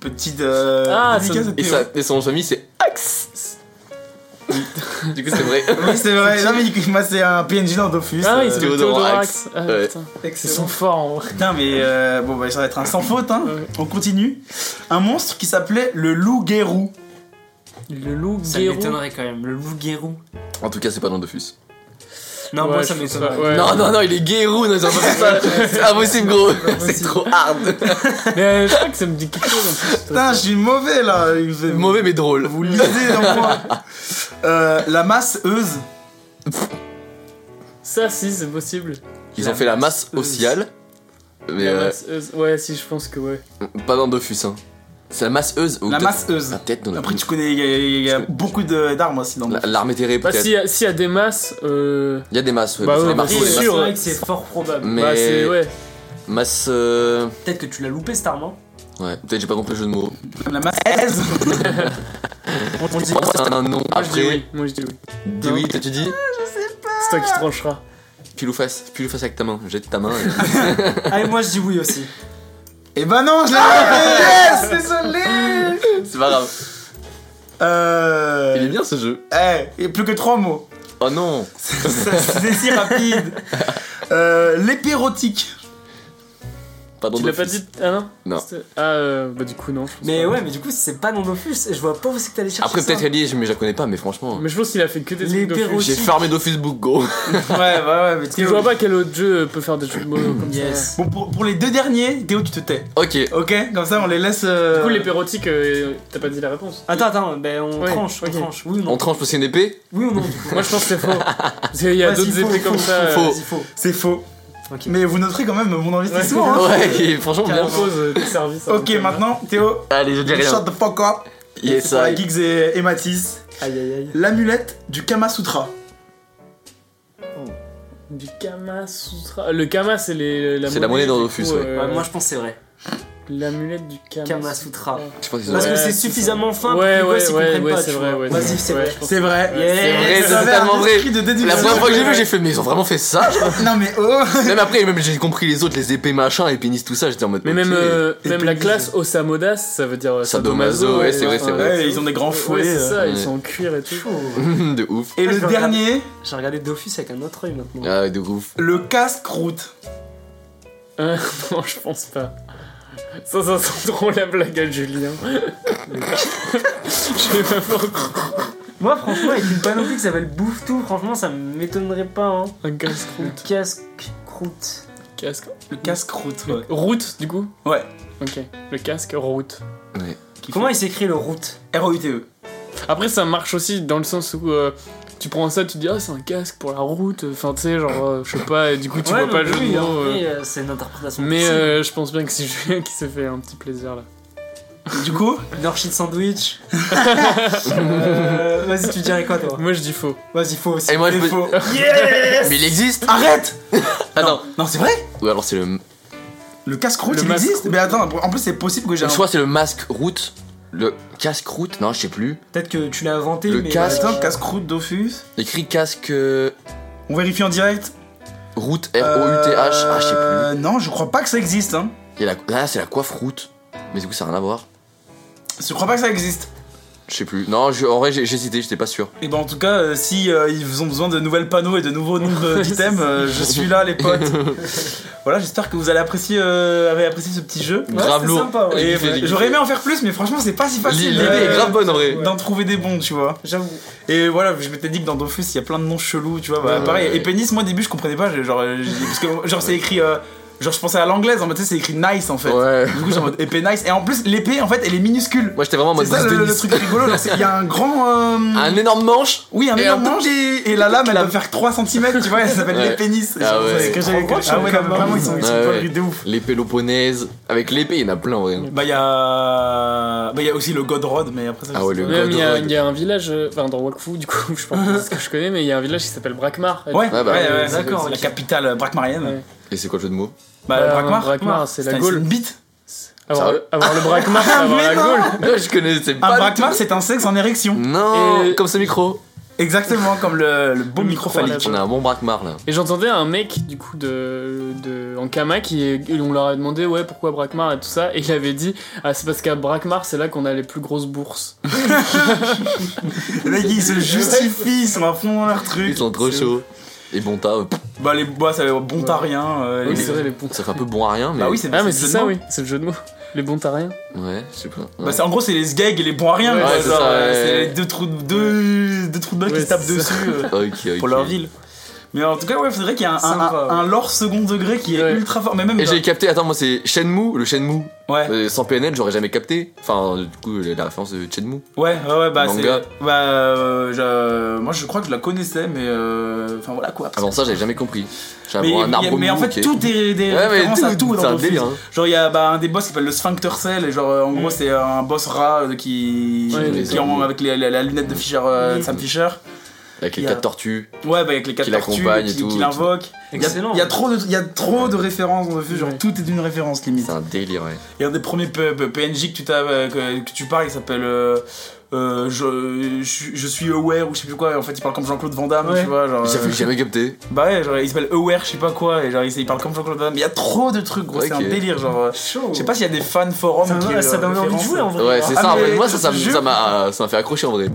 Petite euh, Ah, dédicace ça- à Et, Théo. sa- et son nom de famille c'est Axe. du coup c'est vrai. Oui, c'est vrai. Non, mais il- moi, c'est un PNJ dans Dofus. Ah, euh, il s'appelle Théodore Théodorax. Axe. Ah, Ouais. putain. Ils excellent. sont forts en vrai. Putain, mais euh, bon, bah, ça va être un sans faute. Hein. Ouais. On continue. Un monstre qui s'appelait le loup-guérou. Le loup Ça guérou. m'étonnerait quand même. Le loup-guérou. En tout cas c'est pas dans Dofus. Non, Ouais, moi, ça je pense m'étonnerait. pas, ouais. Non non non, il est gay et roux, non, ils ont pas fait ça. C'est impossible gros. C'est trop hard. Mais euh, je crois que ça me dit quelque chose en plus. Putain, je suis mauvais là. Il vous- Mauvais mais drôle. Vous lisez dans moi. Euh, la masse euse. Ça, si, c'est possible. Ils ont fait la masse ociale. Mais La euh, masse- euh, Ouais, si, je pense que ouais. pas dans Dofus hein. C'est la masse euse ou La peut-être- masse euse. Ah, peut-être dans Après, tu connais, il y a- il y a, beaucoup de- d'armes aussi dans La- Dofus. L'armée terrée Bah, peut-être. s'il y, a- s'il y a des masses, euh. Il y a des masses, ouais. Bah mais c'est ouais, des bah masses c'est euse. C'est sûr. vrai que c'est fort probable. Mais Bah, c'est. Ouais. masse euh, Peut-être que tu l'as loupé, cette arme. hein. ouais, peut-être j'ai pas compris le jeu de mots. La masse aise. On dit c'est un nom. Moi, je dis Après, oui. Moi, je dis oui. Dis oui, toi tu dis C'est toi qui trancheras. Pile ou face, pile ou face avec ta main, jette ta main. et- Ah, et moi, je dis oui aussi. Eh ben non, je l'ai pas fait. Yes, désolé. C'est pas grave. Euh. Il est bien ce jeu. Eh, il y a plus que trois mots. Oh non C'est si rapide. Euh, L'épirotique. Pas dans Tu l'as Dofus. pas dit Ah non Non. C'était- Ah, euh, bah du coup, non. je pense Mais pas. ouais, mais du coup, c'est pas dans Dofus. Et je vois pas où c'est que t'allais chercher. Après ça. peut-être qu'elle y est, mais je la connais pas, mais franchement. Mais je pense qu'il a fait que des Les trucs Dofus. perroquets. J'ai fermé Dofus Book Go. Ouais, ouais, ouais, mais Je Théo. vois pas quel autre jeu peut faire des jeux de mots comme ça. Yes. Bon, pour, pour les deux derniers, Théo, tu te tais. ok. Ok Comme ça, on les laisse. euh, Du coup, les pérotiques, euh, t'as pas dit la réponse. Attends, attends, ben on Ouais, tranche, on ok. tranche. Oui ou non On tranche parce que c'est une épée Oui ou non du coup Moi, je pense que c'est faux. Parce qu'il y a Vas-y, d'autres faux, épées faux, comme ça. faux, euh, faux. Vas-y, faux. C'est faux. Ok. Mais vous noterez quand même mon investissement. hein. Ouais, et franchement Qui bien. propose euh, des services. Ok, maintenant, Théo, Allez, je dis shut rien. the fuck up. Yes, Pour la I. Geeks et, et Matisse. Aïe aïe aïe. L'amulette du Kama Sutra. Du Kama Sutra. Le Kama, c'est les. C'est la monnaie dans Dofus, ouais. Ouais, moi je pense que c'est vrai. L'amulette euh, du Kama. Kama Sutra. Je pense qu'ils ont- Parce que Ouais, c'est c'est suffisamment fin Ouais, pour que les gosses ouais, ils ouais, comprennent ouais, pas. c'est tu vrai. vois. ouais, Vas-y, c'est vrai. je pense. C'est vrai. Yeah. C'est Yeah. vrai, Vous c'est avez totalement un vrai. esprit de La déduction. première fois que j'ai vu, j'ai fait, mais ils ont vraiment fait ça genre Non mais oh Même après, même j'ai compris les autres, les épées machin, et pénis tout ça, j'étais en mode. Mais ok. même, euh, Et même la puis- classe Osamodas, ça veut dire euh, Sadomaso, ouais, c'est vrai, c'est enfin, vrai. Ouais, ils ont des grands Ouais, fouets, c'est euh. ça, ils Ouais. sont en cuir et tout. De ouf. Et Ouais, le je vais regarder. dernier, J'ai regardé Dofus avec un autre œil maintenant. Ah, de ouf. le casse-croûte. Euh, non, je pense pas. Ça, ça sent trop la blague à Julien. je vais pas voir Moi franchement, avec une panoplie qui s'appelle Bouffe tout, franchement ça m'étonnerait pas. Hein. un casse-croûte. Casque croûte. Casque. Le casse-croûte, ouais. Route, du coup Ouais. Ok. Le casque route. Comment il s'écrit le route E. R-O-U-T-E. Après, ça marche aussi dans le sens où euh, tu prends ça, tu dis ah, c'est un casque pour la route. Enfin, tu sais, genre, euh, je sais pas, et du coup, tu Ouais, vois pas non, le jeu de oui, mots, euh. après, euh, c'est une interprétation. Mais possible. euh, je pense bien que c'est Julien qui s'est fait un petit plaisir là. Du coup, Une orchie de sandwich. Euh, Vas-y, tu dirais quoi, toi Moi, je dis faux. Vas-y, faux aussi. Et moi, je T'es peux- faux. Mais il existe arrête Ah non Non, c'est vrai Ou alors c'est le. Le casse-croûte, Le il masque existe croûte. Mais attends, en plus, c'est possible que j'ai Je un. crois que c'est le masque route. Le casque route Non, je sais plus. Peut-être que tu l'as inventé, Le mais. casque. Attends, casse-croûte, Dofus. Écrit casque euh, On vérifie en direct route, R-O-U-T-H. Ah, je sais plus. Euh, Non, je crois pas que ça existe. Hein. Et la- Là, c'est la coiffe route. Mais du coup, ça n'a rien à voir. Je crois pas que ça existe. Je sais plus. Non, je- en vrai, j'ai j'ai hésité, j'étais pas sûr. Et ben en tout cas, euh, si euh, ils ont besoin de nouvelles panneaux et de nouveaux noms de- d'items, euh, je suis là, les potes. voilà, j'espère que vous allez apprécier, euh, avez apprécié ce petit jeu. Ouais, grave c'est lourd. sympa, ouais. Et J'ai kiffé, j'ai j'aurais aimé kiffé. en faire plus, mais franchement, c'est pas si facile. L'idée est euh, grave bonne en vrai. D'en trouver des bons, tu vois. euh, J'avoue. Et voilà, je m'étais dit que dans Dofus, il y a plein de noms chelous, tu vois. Bah, Ouais, pareil, ouais. et pénis, moi au début, je comprenais pas. j'ai- Genre, euh, j'ai- parce que, genre c'est écrit. euh, genre, je pensais à l'anglaise, en mode, tu sais, c'est écrit nice en fait. Ouais. Du coup, j'ai en mode épée nice. Et en plus, l'épée, en fait, elle est minuscule. Moi, j'étais vraiment en C'est mode ça Bruce le, le Dennis. truc rigolo, genre, c'est- il y a un grand. euh, Un énorme manche. Oui, un et énorme un tout mange et, et la lame elle doit faire 3 cm, tu vois, elle s'appelle Ouais. les pénis. Ah ouais. C'est que j'avais- Trop Ah ouais, gros, non, mais vraiment, ils sont, ils sont Ouais, pas ouais. de ouf. Les Péloponnaises. Avec l'épée, il y en a plein en vrai. Bah, il y a. Bah, il y a aussi le God Rod, mais après ça, je Ah ouais, sais le pas. Même il y, a- Godrog. il y a un village, euh, enfin dans Wakfu, du coup, je pense que c'est ce que je connais, mais il y a un village qui s'appelle Brakmar. Ouais, Ah bah, ouais, ouais, c'est- d'accord. c'est La ok. capitale euh, braquemarienne. Ouais. Et c'est quoi le jeu de mots Bah, Euh, Brakmar. Brakmar, c'est la Putain, Gaule. une bite. Avoir, Sérieux avoir le Brakmar, c'est avoir Ah, la Mais non Gaule. Non, Je connaissais Un pas. du tout. Brakmar, c'est un sexe en érection. Non, Et- comme ce micro. Exactement, comme le, le beau Le micro micro à la phallique. On a un bon braquemar là. Et j'entendais un mec du coup de, de en Kama qui est- et on leur a demandé ouais pourquoi Brakmar et tout ça et il avait dit ah c'est parce qu'à Brakmar c'est là qu'on a les plus grosses bourses. Les mecs, ils se justifient, ils sont à fond dans leur Ils truc. sont trop c'est chauds. Et bon, t'as. euh, Bah, les bois, ça bon à rien. euh, Oui les- c'est vrai les bons. Ça fait un peu bon à rien, mais. Bah oui, c'est Ah mais c'est c'est le ça nom. oui c'est le jeu de mots les bons t'as rien. Ouais, je sais pas. Bah, c'est- en gros, c'est les sgegs et les bons à rien. Ouais, quoi, c'est genre, ça, euh, ouais. c'est les deux trous, de- deux, deux trous de balles Ouais, qui se tapent c'est dessus ça. euh, Ok, ok. pour leur ville. Mais en tout cas, ouais, c'est vrai qu'il y a un, un- Sympa, un- un lore second degré qui est Ouais. ultra fort. Mais même. Et dans- j'ai capté, attends, moi c'est Shenmue, le Shenmue. Ouais, ouais, Euh, sans PNL, j'aurais jamais capté. Enfin, euh, du coup, la la référence de Shenmue. ouais, ouais, bah, c'est. Manga. Bah, euh, je- moi, je crois que je la connaissais, mais. euh, Enfin, voilà quoi. Avant ça, j'avais jamais compris. J'avais Mais, vraiment Ah un mais- arbre mais en mou, fait, ok. tout est des Ouais, mais références à tout, tout c'est dans un Dofus. délire, hein. Genre, il y a bah, un des boss qui s'appelle le Sphincter Cell, et genre, euh, en gros, c'est un boss rat euh, qui. Mm. Ouais, qui les est en- orgues. avec les- la, la lunette Mm. de Fisher, euh, de Mm. Sam Fisher. Avec les y a- quatre tortues. Ouais, bah, avec les quatre Qui tortues, l'accompagnent et qui, tout, qui et l'invoquent. Il y a- Excellent. Il y a trop de, il y a trop de références dans le film, genre Ouais. tout est d'une référence limite. C'est un délire, ouais. Et un des premiers P- P- PNJ que tu, t'as- euh, que, que tu parles, il s'appelle euh, euh, je, je, je suis aware ou je sais plus quoi, et en fait il parle comme Jean-Claude Van Damme, Ouais. tu vois. Genre, euh, J'avais jamais capté. bah ouais, genre, il s'appelle aware, je sais pas quoi, et genre il, il parle comme Jean-Claude Van Damme. Mais il y a trop de trucs, gros, c'est un Ok. délire, genre. euh, Chaud. Je sais pas s'il y a des fan forums Ça qui, m'a- euh, ça donne envie de référencent, jouer hein. en vrai. Ouais, c'est Ah, ça. en mais vrai, Moi, ça ça m- je- ça m'a ça m'a fait accrocher en vrai.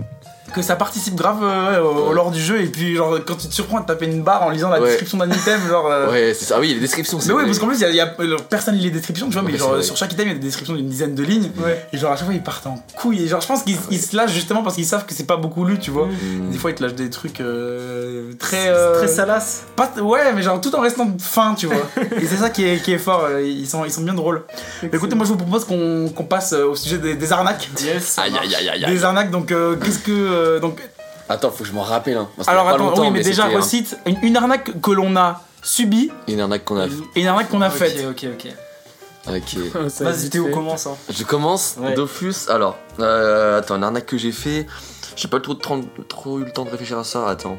que ça participe grave euh, ouais, au, au lore du jeu, et puis genre quand tu te surprends à te taper une barre en lisant la Ouais. description d'un item, genre. euh, Ouais, c'est ça. Ah oui, les descriptions, c'est. Mais ouais, vrai. parce qu'en plus, il y a, il y a- euh, personne lit les descriptions, tu vois, mais Ouais, genre c'est vrai. sur chaque item, il y a des descriptions d'une dizaine de lignes. Ouais. Et genre à chaque fois, ils partent en couille. Et genre, je pense qu'ils ils se lâchent justement parce qu'ils savent que c'est pas beaucoup lu, tu vois. Mm. Des fois, ils te lâchent des trucs euh, très. euh, Très salace. pas- ouais, mais genre tout en restant fin, tu vois. et c'est ça qui est, qui est fort, euh, ils sont, ils sont bien drôles. Mais écoutez, moi je vous propose qu'on qu'on passe euh, au sujet des, des arnaques. Yes. Aïe, aïe, aïe, aïe, aïe. Des arnaques, donc euh, qu'est-ce que. euh, donc, Attends, faut que je m'en rappelle. hein, parce qu'il y a alors pas attends, longtemps, oui, mais, déjà, c'était, hein, recite une, une arnaque que l'on a subie Une arnaque qu'on a. et une arnaque qu'on a faite. Ok, ok, ok. Ok. Ah Ça a Vas-y, vite Théo, fait. commence. Hein. Je commence, Ouais. Dofus. Alors, euh, attends, une arnaque que j'ai fait. J'ai pas trop, de temps- trop eu le temps de réfléchir à ça. Attends.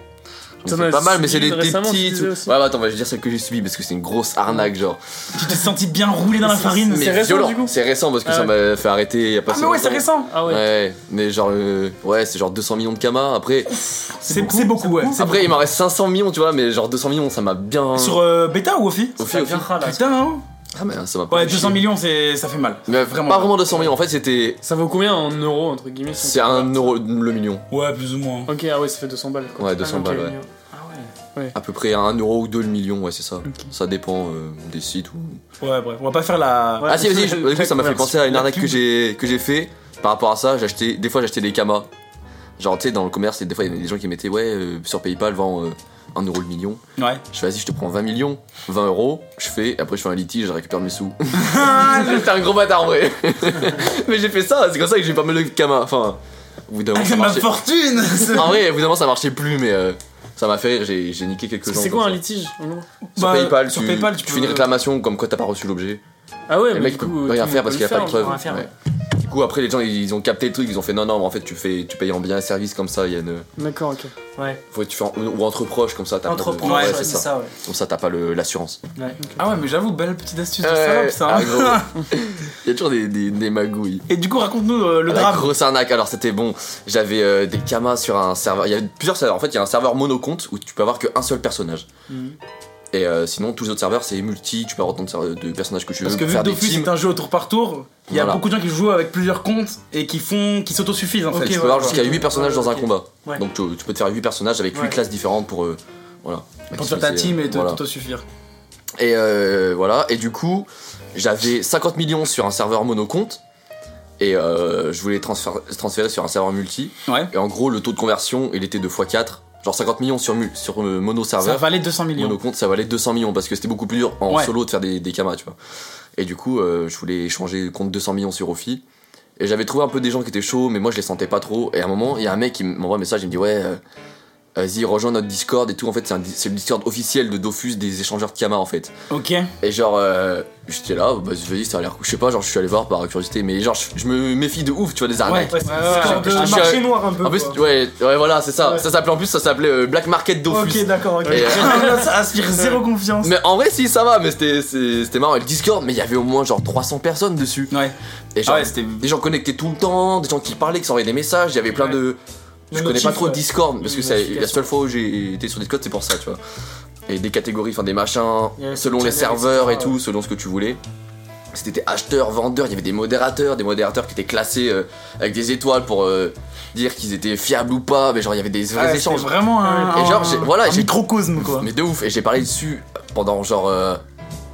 J'en T'en ai fait as pas mal, mais c'est subi des, des récemment, tu petites. disais Ouais, aussi. bah, attends, bah, je vais dire celle que j'ai subie parce que c'est une grosse arnaque, genre. Tu t'es senti bien roulé dans la farine. Mais C'est récent, violent. du coup C'est récent parce que Ah ça m'a fait arrêter il y a pas Ah, si mais ouais, longtemps. c'est récent! Ah ouais. Ouais, mais genre, euh, ouais, c'est genre 200 millions de kamas. Après, C'est c'est beaucoup, ouais. c'est après il m'en reste 500 millions, tu vois, mais genre 200 millions, ça m'a bien. beaucoup. Sur euh, bêta ou Ofi Au fil, au fil. Putain, non Ah, mais ça m'a pas. Ouais, fait 200 chier. millions, c'est ça fait mal. Mais Vraiment pas mal. vraiment 200 millions, en fait, c'était. Ça vaut combien en euros entre guillemets si on C'est compare un euro le million. Ouais, plus ou moins. Ok ah ouais ça fait 200 balles quoi. Ouais, 200 balles, ouais. Ah ouais. À peu près à 1 euro ou 2 le million, ouais, c'est ça. Ça dépend euh, des sites ou. Ouais, bref, on va pas faire la. ah, si, vas-y, je- du coup, ça m'a fait penser à une La arnaque que pub. j'ai, que j'ai fait. Par rapport à ça, j'achetais, des fois, j'achetais des kamas. Genre, tu sais, dans le commerce, et des fois, il y avait des gens qui mettaient, ouais, euh, sur PayPal, vend euh, 1 euro le million. Ouais. Ah, Je fais, vas-y, Ah, je te prends 20 millions, 20 euros, je fais, et après, je fais un litige, je récupère mes sous. Ah, J'étais un gros bâtard, en vrai. Mais j'ai fait ça, c'est comme ça que j'ai eu pas mal de kamas. Enfin, Au bout d'un moment, C'est ça ma marchait. fortune c'est- En vrai, au bout d'un moment, ça marchait plus, mais euh, ça m'a fait rire. J'ai j'ai niqué quelques gens. C'est comme quoi un ça. litige en gros Sur Bah, PayPal, sur tu, PayPal, tu tu peux- fais une réclamation comme quoi t'as pas reçu l'objet. Ah ouais, Et le mais mec du peut coup, tout le rien monde faire parce peut qu'il a le pas de faire, preuve. genre. rien faire, Ouais. Du coup, après, les gens ils ils ont capté le truc, ils ont fait non, non, mais en fait, tu, fais, tu payes en bien et service comme ça, il y a une. D'accord, ok. Ouais. Faut, tu fais en- ou entre proches comme ça, t'as pas de- Entreprendre, Ouais, ouais, c'est ça. c'est ça, ouais. Comme ça, t'as pas le- l'assurance. Ah ouais, mais j'avoue, belle petite astuce de Euh, salope, ça. ah, hein. gros. Il y a toujours des, des, des magouilles. Et du coup, raconte-nous euh, le La drame. grosse arnaque. Alors c'était bon, j'avais euh, des kamas sur un serveur. Il y a plusieurs serveurs. En fait, il y a un serveur monocompte où tu peux avoir qu'un seul personnage. Mm. Mhm. Et euh, sinon, tous les autres serveurs, c'est multi. Tu peux avoir autant de, serveurs- de personnages que tu veux. Parce que vu que faire des Dofus teams. c'est un jeu au tour par tour, il y a Voilà. beaucoup de gens qui jouent avec plusieurs comptes et qui font, qui s'autosuffisent en En fait, fait. tu peux ouais, avoir ouais. jusqu'à 8 personnages dans un Ok. combat. Ouais. Donc tu, tu peux te faire 8 personnages avec 8 Ouais. classes différentes pour. euh, voilà. Pour faire ta team et te- Voilà. t'autosuffire. Et euh, voilà, et du coup, j'avais 50 millions sur un serveur monocompte. Et euh, je voulais transférer, transférer sur un serveur multi. Ouais. Et en gros, le taux de conversion, il était de x4. Genre 50 millions sur, mul- sur euh, mono Ça serveur. valait 200 millions. Monocompte, ça valait 200 millions parce que c'était beaucoup plus dur en Ouais. solo de faire des, des kamas, tu vois. Et du coup, euh, je voulais échanger contre 200 millions sur Ofi. Et j'avais trouvé un peu des gens qui étaient chauds, mais moi je les sentais pas trop. Et à un moment, il y a un mec qui m'envoie un message, il me dit Ouais, euh, vas-y, rejoins notre Discord et tout. En fait, c'est un di- c'est le Discord officiel de Dofus des échangeurs de kamas, en fait. Ok. Et genre, euh, j'étais là, bah, vas-y, ça a l'air cool. Je sais pas, genre, je suis allé voir par curiosité, mais genre, je, je me méfie de ouf, tu vois, des Ouais, arnaques. ouais, c'est Ah, ouais, un ouais. je- je- marché noir un peu. En plus, quoi. ouais, ouais, voilà, c'est ça. Ouais. Ça s'appelait en plus, ça s'appelait euh, Black Market Dofus. Ok, d'accord, ok. Et, euh, Ça inspire zéro confiance. mais en vrai, si, ça va, mais c'était- c'est- c'était marrant. Et le Discord, mais il y avait au moins genre 300 personnes dessus. Ouais. Ah Et genre, ouais, c'était. des gens connectés tout le temps, des gens qui parlaient, qui s'envoyaient des messages, il y avait plein de. Je Des connais pas notifs, trop ouais. Discord, parce que Des c'est la notifications. seule fois où j'ai été sur Discord, c'est pour ça, tu vois. Et des catégories, enfin des machins, Il y avait selon les des channels, serveurs et etc., tout, selon ce que tu voulais. C'était acheteur, vendeur, il y avait des modérateurs, des modérateurs qui étaient classés euh, avec des étoiles pour euh, dire qu'ils étaient fiables ou pas, mais genre il y avait des vrais Ouais, c'était échanges. vraiment un. Et genre, j'ai- voilà, un j'ai- microcosme quoi. Mais de ouf, et j'ai parlé dessus pendant genre. euh,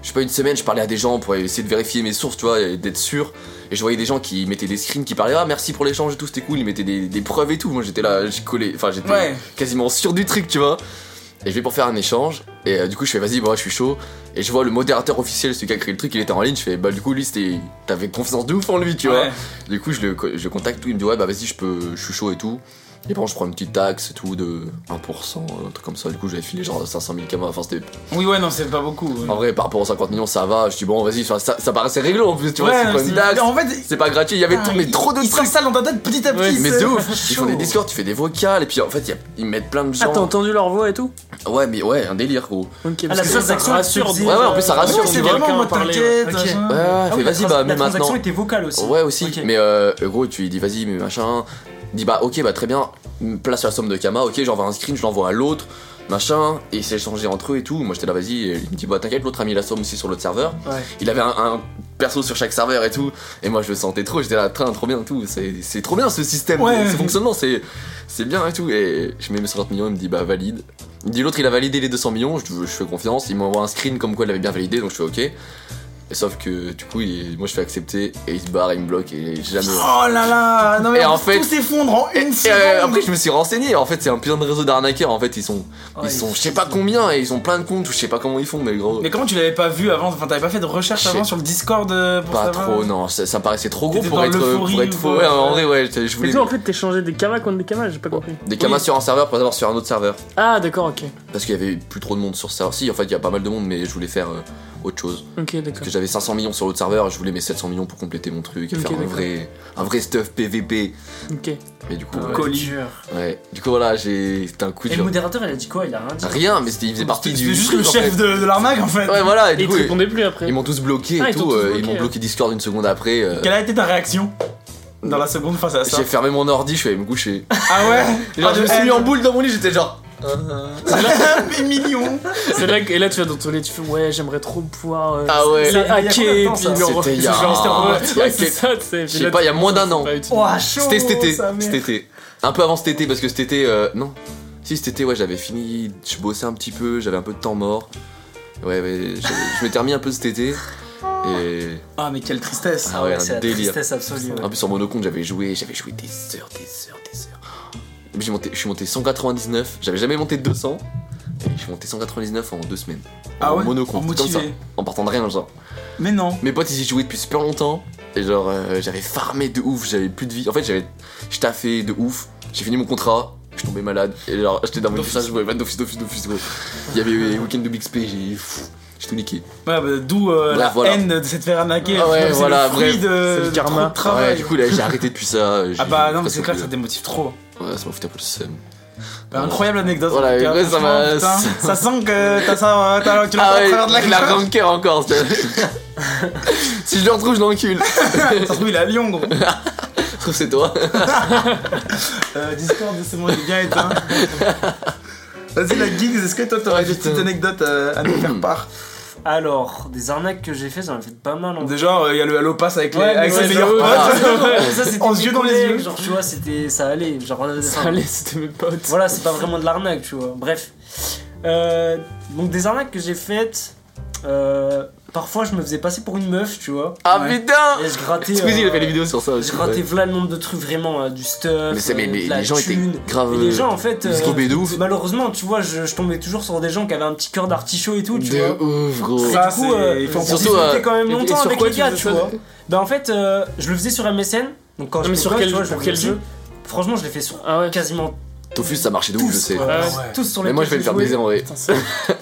je sais pas, une semaine, je parlais à des gens pour essayer de vérifier mes sources, tu vois, et d'être sûr. Et je voyais des gens qui mettaient des screens, qui parlaient Ah, merci pour l'échange et tout, c'était cool. Ils mettaient des, des preuves et tout. Moi, j'étais là, j'ai collé, enfin, j'étais Ouais. quasiment sûr du truc, tu vois. Et je vais pour faire un échange. Et euh, du coup, je fais Vas-y, bah, ouais, je suis chaud. Et je vois le modérateur officiel, celui qui a créé le truc, il était en ligne. Je fais Bah, du coup, lui, c'était. T'avais confiance de ouf en lui, tu vois. Ouais. Du coup, je le, co- je le contacte, tout, il me dit ouais, bah vas-y, je peux, je suis chaud et tout. Et bon, je prends une petite taxe et tout de 1%, un truc comme ça. Du coup, j'avais filé genre 500 000 kamas. Enfin, c'était. Oui, ouais, non, c'est pas beaucoup. ouais. En vrai, par rapport aux 50 millions, ça va. Je dis bon, vas-y, enfin, ça, ça paraissait réglo en plus, tu vois, Ouais, c'est pas une taxe. En fait, C'est pas gratuit, il y avait tout- mais trop de il trucs. ça dans ta tête petit à Ouais, petit. Mais c'est- de ouf! Ils font des chaud. discords, tu fais des vocales, et puis en fait, il y a- ils mettent plein de Ah, gens. t'as entendu leur voix et tout Ouais, mais ouais, un délire gros. Ok, la parce que ça, ça transaction rassure. subsiste. Ouais, ouais, en plus, ça Ah rassure, ouais, tu c'est vois. vraiment en mode Quelqu'un en parlait, t'inquiète. ouais. machin. Ok. Ouais, ouais, Ah fais oui, vas-y, la bah, trans- mais La transaction maintenant. était vocale aussi. Ouais aussi, Ok. mais euh, gros tu lui dis vas-y mais machin, il dit bah ok bah très bien, place la somme de Kama, ok j'envoie un screen, je l'envoie à l'autre, machin, et ils s'échangeaient entre eux et tout, moi j'étais là vas-y, et il me dit bah t'inquiète l'autre a mis la somme aussi sur l'autre serveur, Ouais. il avait un, un perso sur chaque serveur et tout, et moi je le sentais trop, j'étais là train trop bien et tout, c'est c'est trop bien ce système, Ouais. ce fonctionnement, c'est c'est bien et tout, et je mets mes 50 millions, il me dit bah valide, il me dit l'autre il a validé les 200 millions, je, je fais confiance, il m'envoie un screen comme quoi il avait bien validé, donc je fais ok. Et Sauf que du coup, il- moi je fais accepter et il se barre, il me bloque et jamais. Oh là là, non mais Et en tout fait- s'effondre en Et, une et, euh, seconde. après, je me suis renseigné. En fait, c'est un putain de réseau d'arnaqueurs. En fait, ils sont, Oh, Ouais, ils sont, je sais pas combien et ils ont plein de comptes ou je sais pas comment ils font, mais gros. Mais comment tu l'avais pas vu avant Enfin, t'avais pas fait de recherche Je sais avant sur le Discord euh, pour pas savoir trop, non, ça, ça me paraissait trop gros T'étais pour dans être, l'euphorie pour être ou faux. quoi, Ouais, en ouais. vrai, ouais, je je Mais voulais. toi, en fait, t'échangeais des kamas contre des kamas, j'ai pas compris. Des kamas sur un serveur pour les avoir sur un autre serveur. Ah, d'accord, ok. Parce qu'il y avait plus trop de monde sur ce serveur. Si, en fait, il y a pas mal de monde, mais je voulais faire euh, autre chose. Ok, d'accord. Parce que j'avais 500 millions sur l'autre serveur, je voulais mes 700 millions pour compléter mon truc et Ok, faire un d'accord. vrai, un vrai stuff PVP. Ok. Mais du coup, Ouais, ouais. colis. dur. Ouais. Du coup, voilà, j'ai. C'était un coup de Et le dur. modérateur, il a dit quoi Il a rien dit. Rien, mais c'était, il faisait partie C'était du. juste le truc, en chef fait. de, de l'arnaque en fait. Ouais, voilà, et Et du ils te coup, ils répondaient plus après. ils m'ont tous bloqué Ah, et ils t'ont tout. tous euh, Ils bloqué, m'ont ouais. bloqué Discord une seconde après. euh, Quelle a été ta réaction dans la seconde face à ça J'ai fermé mon ordi, je suis allé me coucher. Ah ouais Et genre, Ah, je me de suis mis haine. en boule dans mon lit, j'étais genre. Mais mignon C'est là que, et là, tu vas dans ton lit, tu fais ouais, j'aimerais trop pouvoir. euh, Ah ouais. les Ça, il y a hacker, combien de temps, puis ça leur- C'était il y a- ce genre de Ah, robot. il y a Ouais, c'est quel- ça, tu sais. Je sais pas, il y a moins d'un an. Oh, chaud C'était cet été. sa mère. Cet été. Un peu avant cet été, parce que cet été. euh, Non. Si, cet été, ouais, j'avais fini. Je bossais un petit peu, j'avais un peu de temps mort. Ouais, ouais, je, je m'étais remis un peu cet été. Et. Ah mais quelle tristesse Ah ouais, c'est un la délire. tristesse absolue. ouais. En plus, sur mon compte, j'avais joué, j'avais joué des heures, des heures, des heures. Et puis, j'ai monté, je suis monté 199, j'avais jamais monté 200. Et je suis monté 199 en deux semaines. Ah en ouais monocompte, en comme ça. motivé. En partant de rien, genre. Mais non Mes potes, ils y jouaient depuis super longtemps. Et genre, euh, j'avais farmé de ouf, j'avais plus de vie. En fait, j'avais. Je taffais de ouf, j'ai fini mon contrat, je tombais malade. Et genre, j'étais dans mon ça, je voyais pas d'office, d'office, d'office, gros. Il y avait les week-end de BXP, j'ai. pfff, J'ai tout niqué. Ouais, bah, d'où euh, Bref, la voilà. haine de cette faire arnaquer. Ah ouais, C'est le voilà, fruit bref. de, C'est le de karma. trop de travail. Ouais, du coup, là, j'ai arrêté depuis ça. j'ai- ah bah non, mais presque c'est clair, plus- ça démotive trop. Ouais, ça m'a foutu un peu le seum. Bah, incroyable anecdote. Voilà, en tout cas, ouais, ça m'a- franchement, putain, ça sent que t'as ça, euh, t'as- tu l'as Ah pas à ouais, travers de la la gueule. rancœur encore. c'est- si je le retrouve, je l'encule. Ça se trouve, il est à Lyon, gros. Je trouve c'est toi. Euh, Discord, c'est moi, il est bien éteint. Vas-y, la Geeks, est-ce que toi, t'aurais Ah, des putain. petites anecdotes euh, à nous faire part Ah. Alors, des arnaques que j'ai fait, j'en ai fait pas mal en Déjà, il y a le Halo Pass avec, les, Ouais, avec mais ses ouais, Ah, meilleurs ouais, potes. Ouais, ça c'était En mes yeux dans les collègues, yeux. Genre tu vois, c'était ça allait, genre on avait- Ça allait, Ah, c'était mes potes. voilà, c'est pas vraiment de l'arnaque, tu vois. Bref. Euh, donc des arnaques que j'ai faites euh, parfois je me faisais passer pour une meuf, tu vois. Ah Ouais. putain Et je grattais Squeezie, il a fait des euh, vidéos sur ça aussi. J'ai raté ouais. v'là le nombre de trucs vraiment hein, du stuff. Mais, c'est- mais, euh, mais de la les gens thune. étaient grave. Et les gens en fait ils se euh, courbaient de ouf. malheureusement, tu vois, je, je tombais toujours sur des gens qui avaient un petit cœur d'artichaut et tout, tu vois. De ouf, gros. Ça, du coup, c'est- euh, il faut en surtout, discuter euh, quand même et- et longtemps sur avec quoi les tu gars, faisais tu ça vois. Bah en fait, euh, je le faisais sur MSN. Donc quand Non, je mais faisais sur pas, quel- tu vois, je pour le quel faisais. jeu Franchement, je l'ai fait sur Ah ouais. quasiment Tofus, ça marchait de ouf, je tous. sais. quoi. Ah ouais. Tous sur les Mais moi, je vais me faire baiser en vrai. Putain, c'est-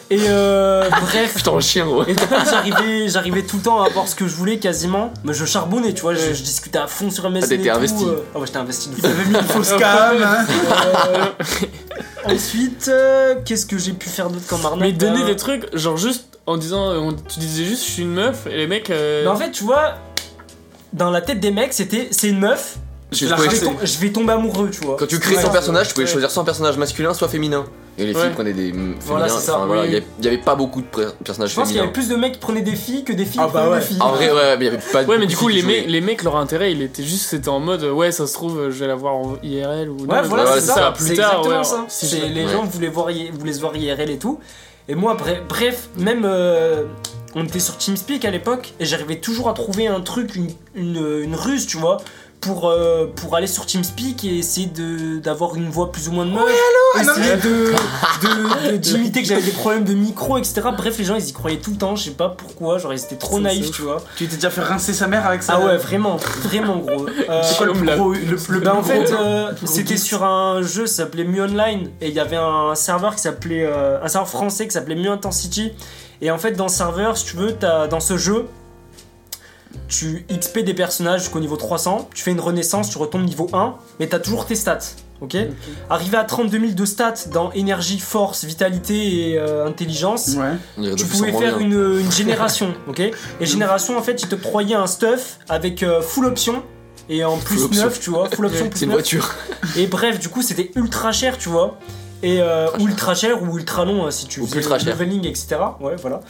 Et euh, bref, Putain, le chien, gros. et du coup, j'arrivais, j'arrivais tout le temps à avoir ce que je voulais quasiment. Mais je charbonnais, tu vois, je, je discutais à fond sur MSN. Ah, t'étais et tout, investi. euh. Ah ouais, j'étais investi. de fou. T'avais mis une fausse cam. hein. Euh, Ensuite, euh, qu'est-ce que j'ai pu faire d'autre comme arnaque Mais donner Euh, des trucs, genre juste en disant, euh, on- tu disais juste je suis une meuf et les mecs. euh, Mais en fait, tu vois, dans la tête des mecs, c'était c'est une meuf, Je- la je- je Ouais, vais, c'est- tom- je vais tomber amoureux, tu vois. Quand tu crées Ouais, ton personnage, tu pouvais ouais. choisir soit un personnage masculin, soit féminin. Et les filles Ouais. prenaient des mm, féminins. Voilà, c'est ça, enfin, voilà, oui. Il y avait- il y avait pas beaucoup de pre- personnages Je pense qu'il y avait féminins. plus de mecs qui prenaient des filles que des filles Ah qui bah prenaient ouais. des filles. En vrai, ouais, mais il y avait Ouais, mais pas du beaucoup de coup, filles les, qui mecs, jouaient. les mecs, leur intérêt, il était juste, c'était en mode, euh, ouais, ça se trouve, euh, je vais la voir en IRL ou. Ouais, non, voilà, ouais, c'est ça. plus c'est tard. exactement ouais, ça. si C'est- je- les Ouais. gens voulaient voir, I- voulaient se voir IRL et tout. Et moi, bref, bref même euh, on était sur TeamSpeak à l'époque et j'arrivais toujours à trouver un truc, une, une- une ruse, tu vois. Pour, euh, pour aller sur TeamSpeak et essayer de- d'avoir une voix plus ou moins de meuf, Ah, non, mais- essayer de- de- de- d'imiter que j'avais des problèmes de micro, etc. Bref, les gens ils y croyaient tout le temps, je sais pas pourquoi, genre ils étaient Ça, trop c'est naïfs, ouf. tu vois. Tu t'es déjà fait rincer sa mère avec ça Ah ouais, vraiment, vraiment gros. Euh, C'est quoi le le, la- gros- le- le- bah en fait, gros- euh, c'était sur un jeu, ça s'appelait Mu Online, et il y avait un serveur qui s'appelait, euh, un serveur français qui s'appelait Mu Intensity. Et en fait, dans ce serveur, si tu veux, as, dans ce jeu, tu XP des personnages jusqu'au niveau 300, tu fais une renaissance, tu retombes niveau 1, mais t'as toujours tes stats, ok Arrivé à 32 000 de stats dans énergie, force, vitalité et euh, intelligence, Ouais. Il y avait tu des pouvais filles faire sans moyens. une, une génération, ok Et génération, en fait, ils te croyaient un stuff avec euh, full option et en plus Full option. 9, tu vois, full option C'est plus une 9. voiture. Et bref, du coup, c'était ultra cher, tu vois. Et euh, ou ultra cher ou ultra long hein, si tu Ou faisais ultra le cher. leveling, etc. Ouais, voilà.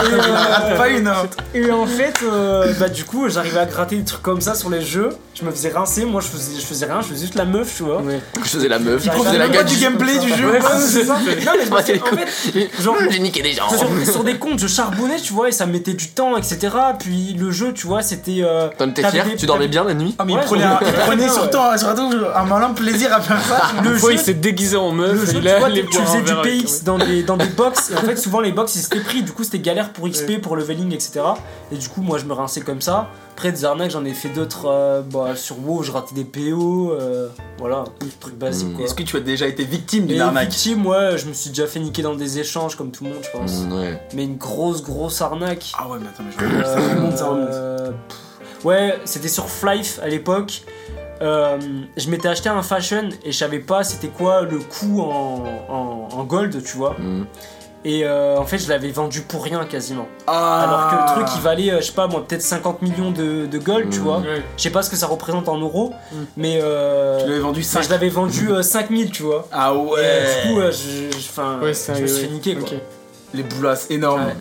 Il euh, en Euh, rate pas une. hein. Et en fait, euh, bah du coup, j'arrivais à gratter des trucs comme ça sur les jeux. Je me faisais rincer, moi je faisais, je faisais rien, je faisais juste la meuf, tu vois. Ouais. Je faisais la meuf, je faisais Il Profite la même pas gage. du gameplay du jeu. Ouais, quoi. c'est ça. Non, mais parce que, en fait, genre, J'ai niqué des gens. sur, sur des comptes, je charbonnais, tu vois, et ça me mettait du temps, etc. Puis le jeu, tu vois, c'était. euh, T'en étais t'avais fier des- Tu dormais bien la nuit Ah mais Ouais, il prenait, j'en un, ai- il prenait Ouais. surtout, un- surtout un malin plaisir à faire ça. Ah, Le Une fois, jeu, il s'est déguisé en le meuf, jeu, il tu vois, a les tu boire un faisais du verre avec- PX dans des, dans des box, et en fait, souvent les box ils étaient pris, du coup, c'était galère pour XP, pour leveling, etc. Et du coup, moi, je me rinçais comme ça. Après, des arnaques, j'en ai fait d'autres. euh, bah, sur WoW, je ratais des PO, euh, voilà, des trucs basiques Mm. quoi. Hmm. Est-ce que tu as déjà été victime Et d'une arnaque victime, ouais, je me suis déjà fait niquer dans des échanges, comme tout le monde, je pense. Hmm. Mm, Ouais. Mais une grosse, grosse arnaque. Ah ouais mais attends mais je... ça remonte ça remonte. Euh, pff, Ouais, c'était sur Flife à l'époque. Euh, je m'étais acheté un fashion et je savais pas c'était quoi le coût en, en- en gold, tu vois. Mm. Et euh, en fait, je l'avais vendu pour rien quasiment. Ah. Alors que le truc il valait, euh, je sais pas moi, peut-être 50 millions de, de gold, tu Mm. vois. Ouais. Je sais pas ce que ça représente en euros, Mm. mais euh, Mmh. Tu l'avais vendu mais 5. je l'avais vendu 5000, tu vois. Ah Et, ouais. euh, du coup, euh, je, je- enfin, Ouais, c'est je me suis fait ouais. niquer quoi. Ok. Les boulasses énormes. Ouais.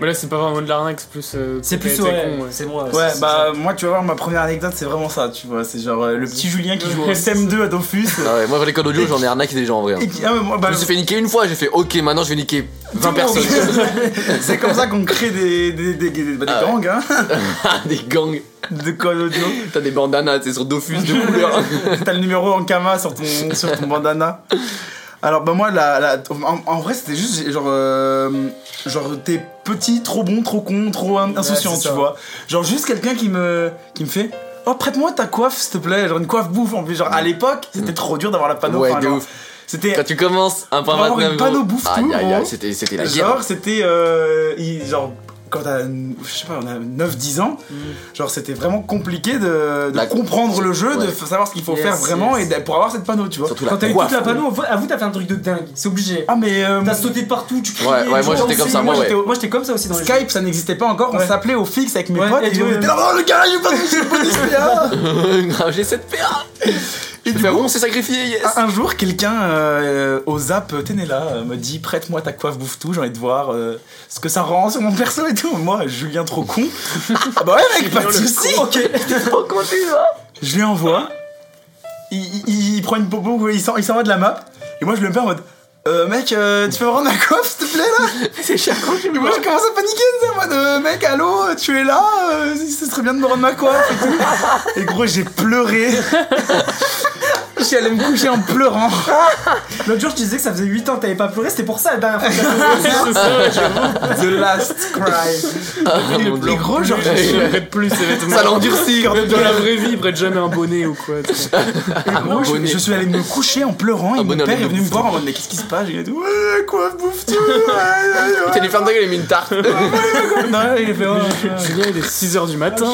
Mais là, c'est pas vraiment de l'arnaque, c'est plus. euh, C'est t'as plus été ouais, con, ouais. c'est moi. Ouais, c'est- bah moi tu vas voir ma première anecdote c'est vraiment ça tu vois c'est genre euh, le petit Julien qui joue au SM2 à Dofus Ah ouais, moi, pour les codes audio, j'en ai arnaqué des gens en vrai. hein. et qui- ah, mais moi, bah, Je me suis fait niquer une fois, j'ai fait ok, maintenant je vais niquer 20 personnes. c'est comme ça qu'on crée des des, des, des- bah, des Ah ouais. gangs hein Ah, des gangs. de Call of Duty. T'as des bandanas, t'es sur Dofus de couleur. T'as le numéro en Kama sur ton sur ton bandana Alors bah moi la, la- en, en vrai c'était juste genre euh, genre t'es petit, trop bon, trop con, trop in- insouciant, Ouais, c'est tu ça. vois. Genre juste quelqu'un qui me qui me fait "Oh prête-moi ta coiffe s'il te plaît." Genre une coiffe bouffe en plus genre à l'époque, c'était trop dur d'avoir la panneau ouais, enfin, de genre, ouf. C'était Quand tu commences, un Faut par avoir 29 une panneau gros. bouffe tout, Aïe, aïe, gros. aïe, c'était c'était la guerre. genre c'était euh, il- genre quand t'as, je sais pas, on a 9-10 ans, genre c'était vraiment compliqué de, de La- comprendre le jeu, de ouais. f- savoir ce qu'il faut Yes, faire vraiment yes. et d'a- pour avoir cette panneau, tu vois. Surtout Quand la t'as eu toute coiffe. la panneau, faut- avoue, t'as fait un truc de dingue, c'est obligé. Ah mais euh, T'as sauté de partout, tu criais. Ouais, ouais, moi, tu j'étais dansais. comme ça, moi, j'étais- ouais. moi, j'étais comme ça aussi dans les jeux. Skype, ça n'existait pas encore, on Ouais. s'appelait au fixe avec mes Ouais, potes et et, tu- on était là, oh le gars, j'ai pas j'ai pas d'XP, hein. Grave, j'ai 7 PA. Et du Ah, du oh, on s'est sacrifié, yes. Un- Un jour, quelqu'un euh, au Zap Ténéla euh, me dit Prête-moi ta coiffe bouffe tout, j'ai envie de voir euh, ce que ça rend sur mon perso et tout. Moi, Julien trop con. ah bah ouais, mec, pas de soucis. Ok, trop con, Je lui envoie. Il, il- il prend une popo, il s'en il s'en va de la map. Et moi, je le mets en mode Euh, Mec, euh, tu peux me rendre ma coiffe, s'il te plaît, là C'est cher quand Et moi je commence à paniquer, tu sais, en mode euh, mec, allô, euh, tu es là, euh, ce serait bien de me rendre ma coiffe et tout. Et gros, j'ai pleuré. Je suis allé me coucher en pleurant. L'autre jour, tu disais que ça faisait 8 ans que t'avais pas pleuré, c'était pour ça la dernière fois. que t'as pleuré. C'est ça, ouais, The last cry. Et gros, genre, je je regrette plus ces vêtements. Ah, Ça l'endurcit. Même dans la vraie vie, il prête jamais un bonnet ou quoi. tu sais. gros, je, Ah, bonnet. je suis allé me coucher en pleurant et Un mon bonnet en père est laine venu me bouffe-tout. voir en mode mais qu'est-ce qui se passe J'ai dit ouais, coiffe bouffe-tu ouais, T'as dû faire de gueule, il a mis une tarte. ouais, ouais. Non, il a fait, ouais. Julien, Ah, il est Ah, 6h du matin.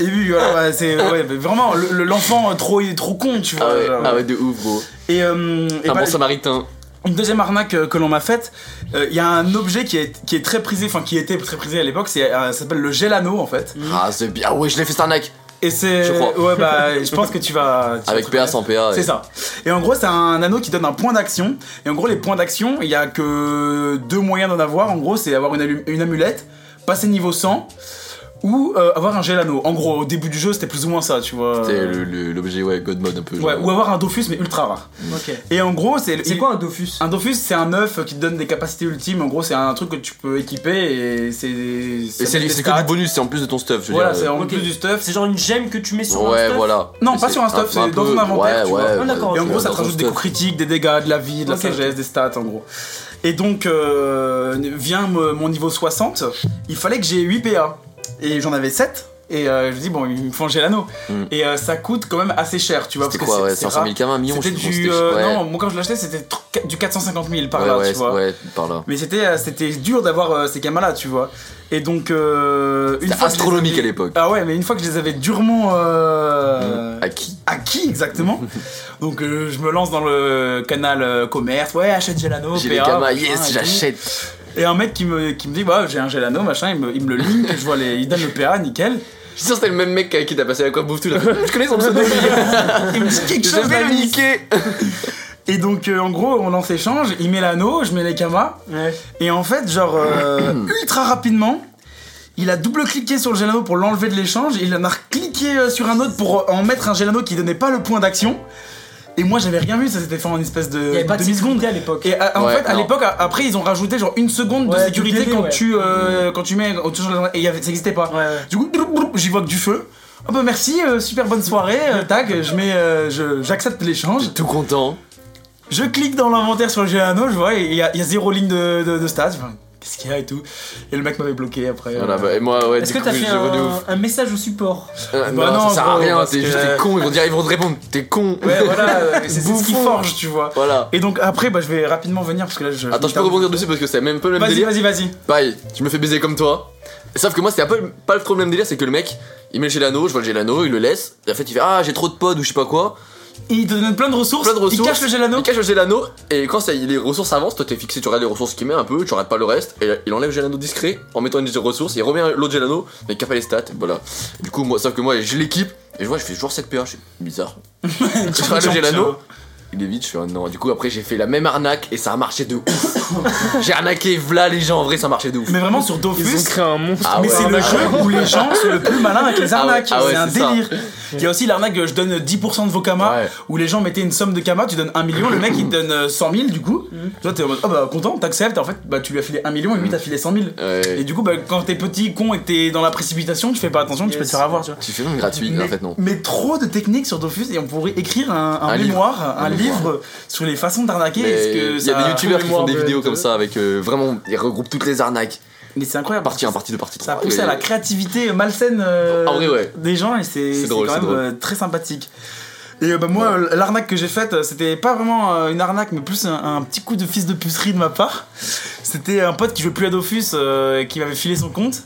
Et puis voilà, ouais, c'est ouais, mais vraiment le- le- l'enfant euh, trop, trop con, tu vois. Ah ouais, genre. ah ouais, de ouf, gros. Et, euh, et Un bah, bon samaritain. Une deuxième arnaque euh, que l'on m'a faite, euh, il y a un objet qui est, qui est très prisé, enfin qui était très prisé à l'époque, c'est, euh, ça s'appelle le gelano en fait. Ah, c'est bien. Ah ouais, je l'ai fait cette arnaque. Et c'est. Je crois. Ouais, bah je pense que tu vas. tu Avec vas te PA, sans PA. c'est ouais. ça. Et en gros, c'est un anneau qui donne un point d'action. Et en gros, les points d'action, il y a que deux moyens d'en avoir. En gros, c'est avoir une, allu- une amulette, passer niveau 100 ou euh, avoir un gel anneau. En gros, au début du jeu, c'était plus ou moins ça, tu vois. C'était le- le- l'objet, ouais, God Mode un peu. Ouais, genre. ou avoir un Dofus mais ultra rare. Ok. Et en gros, c'est C'est il- quoi un Dofus un Dofus, c'est un œuf qui te donne des capacités ultimes. En gros, c'est un truc que tu peux équiper et c'est. Et Et c'est c'est que du bonus, c'est en plus de ton stuff, je veux Voilà, dire. euh, c'est en Ok. plus du stuff. C'est genre une gemme que tu mets sur un Ouais, stuff voilà. Non, Mais pas sur un stuff, c'est dans peu- ton inventaire, Ouais, tu vois. ouais, Ah, d'accord, Et en ok. gros, ça Dans te ton rajoute des stuff. coups critiques, des dégâts, de la vie, de la Ok, sagesse, des stats, en gros. Et donc, euh, vient me- mon niveau 60, il fallait que j'ai 8 PA. Et j'en avais 7. Et euh, je me dis, bon, il me faut un gel anneau. Mm. Et euh, ça coûte quand même assez cher, tu vois. C'était parce que quoi, ouais, c'est- c'est 500 000 rare. k un million, C'était je sais pas, du. c'était- euh, ouais. Non, moi quand je l'achetais, c'était tr- du 450 000 par ouais, là, ouais, tu vois. ouais, par là. Mais c'était euh, c'était dur d'avoir euh, ces camas là, tu vois. Et donc euh, que C'était je les astronomique avais- à l'époque. Mmh. Ah ouais, mais une fois que je les avais durement euh, À qui acquis exactement. donc euh, je me lance dans le canal euh, commerce, ouais, achète Gelano, J'ai les PA, gamins, machin, et yes, tout. j'achète. Et un mec qui me qui me dit bah j'ai un Gelano, machin, il me, il me le link, je vois les il donne le PA, nickel. Je suis sûr que c'était le même mec avec qui t'a passé la coiffe bouffe tout. là. Je connais son pseudo. Il me dit quelque chose J'avais le Davis. niqué. Et donc euh, en gros, on lance échange, il met l'anneau, je mets les camas. Ouais. Et en fait, genre, euh, ultra rapidement, il a double-cliqué sur le gelano pour l'enlever de l'échange, il en a cliqué sur un autre pour euh, en mettre un gelano qui donnait pas le point d'action. Et moi, j'avais rien vu, ça s'était fait en une espèce de Il y avait pas de demi-seconde. sécurité à l'époque. Et à- en Ouais, fait, à non. l'époque, a- après, ils ont rajouté genre une seconde de Ouais, sécurité de délai, quand, ouais. tu, euh, quand tu mets. quand tu changes la- Et il y avait- ça n'existait pas. Ouais, ouais. Du coup, bloup, bloup, j'y vois que du feu. Ah bah merci, euh, super bonne soirée, euh, tac, je mets, euh, je- j'accepte l'échange. Tout content. Je clique dans l'inventaire sur le Gelano, je vois, et il y, a il y a zéro ligne de, de, de stats. Enfin, Qu'est-ce qu'il y a et tout. Et le mec m'avait bloqué après. Voilà, Euh, bah, et moi, ouais, Est-ce du que coup, t'as fait je vois de un, ouf. un message au support Euh, Bah non, non, ça sert à gros, rien, parce t'es que- juste des cons, ils vont dire, ils vont te répondre, t'es con. Ouais, voilà, euh, c'est c'est ce qui Bouffon. forge, tu vois. Voilà. Et donc après, bah, je vais rapidement venir parce que là, je. Attends, je peux rebondir dessus parce que c'est même pas le même Vas-y, délire. vas-y, vas-y. Pareil, je me fais baiser comme toi. Sauf que moi, c'était un peu pas le problème délire, c'est que le mec, il met le gelano, je vois le gelano, il le laisse. Et en fait, il fait Ah, j'ai trop de pods ou je sais pas quoi. Il te donne plein de ressources. Plein de Il ressources. cache le Il Gelano. cache le gelano, et quand ça- les ressources avancent, toi t'es fixé, tu regardes les ressources qu'il met un peu, tu regardes pas le reste. Et il enlève le gelano discret en mettant une des ressources, il remet l'autre gelano, mais qui a pas les stats. Voilà. Du coup, moi, sauf que moi, j'ai l'équipe, et je vois, je fais toujours 7 PA, je suis bizarre. je regarde le gelano. Il est vide, je fais un non. Du coup, après, j'ai fait la même arnaque et ça a marché de ouf. j'ai arnaqué, v'là les gens, en vrai, ça marchait de ouf. Mais vraiment sur Dofus. Ils ont créé un monstre. Ah mais ouais. c'est le jeu où les gens sont le plus malin avec les Ah ouais, arnaques. ah ouais, c'est un c'est ça. délire. Il y a aussi l'arnaque, euh, je donne 10% de vos kamas, Ouais. où les gens mettaient une somme de kamas, tu donnes 1 million, le mec il te donne euh, 100 000 du coup. Toi t'es en mode, ah bah content, t'acceptes, en fait bah tu lui as filé 1 million et Mm. lui t'as filé 100 000. Ouais. Et du coup, bah, quand t'es petit, con et que t'es dans la précipitation, tu fais pas attention, tu peux te Yes. faire avoir, tu vois. Tu fais non gratuit, Mais, en fait non. mais trop de techniques sur Dofus et on pourrait écrire un, un Un livre. mémoire, un Un livre mémoire. sur les façons d'arnaquer. Mais est-ce que Il y ça- a des youtubeurs qui font mémoire des de- vidéos de- comme ça avec euh, vraiment, ils regroupent toutes les arnaques. Mais c'est incroyable. Partie 1, partie 2, partie 3. Ah, Ça a poussé à la créativité malsaine euh, Ah oui, ouais. des gens et c'est c'est C'est quand drôle, c'est même drôle. euh, très sympathique. Et euh, bah, moi, euh, l'arnaque que j'ai faite, euh, c'était pas vraiment euh, une arnaque, mais plus un, un petit coup de fils de pucerie de ma part. C'était un pote qui jouait plus à Dofus euh, qui m'avait filé son compte.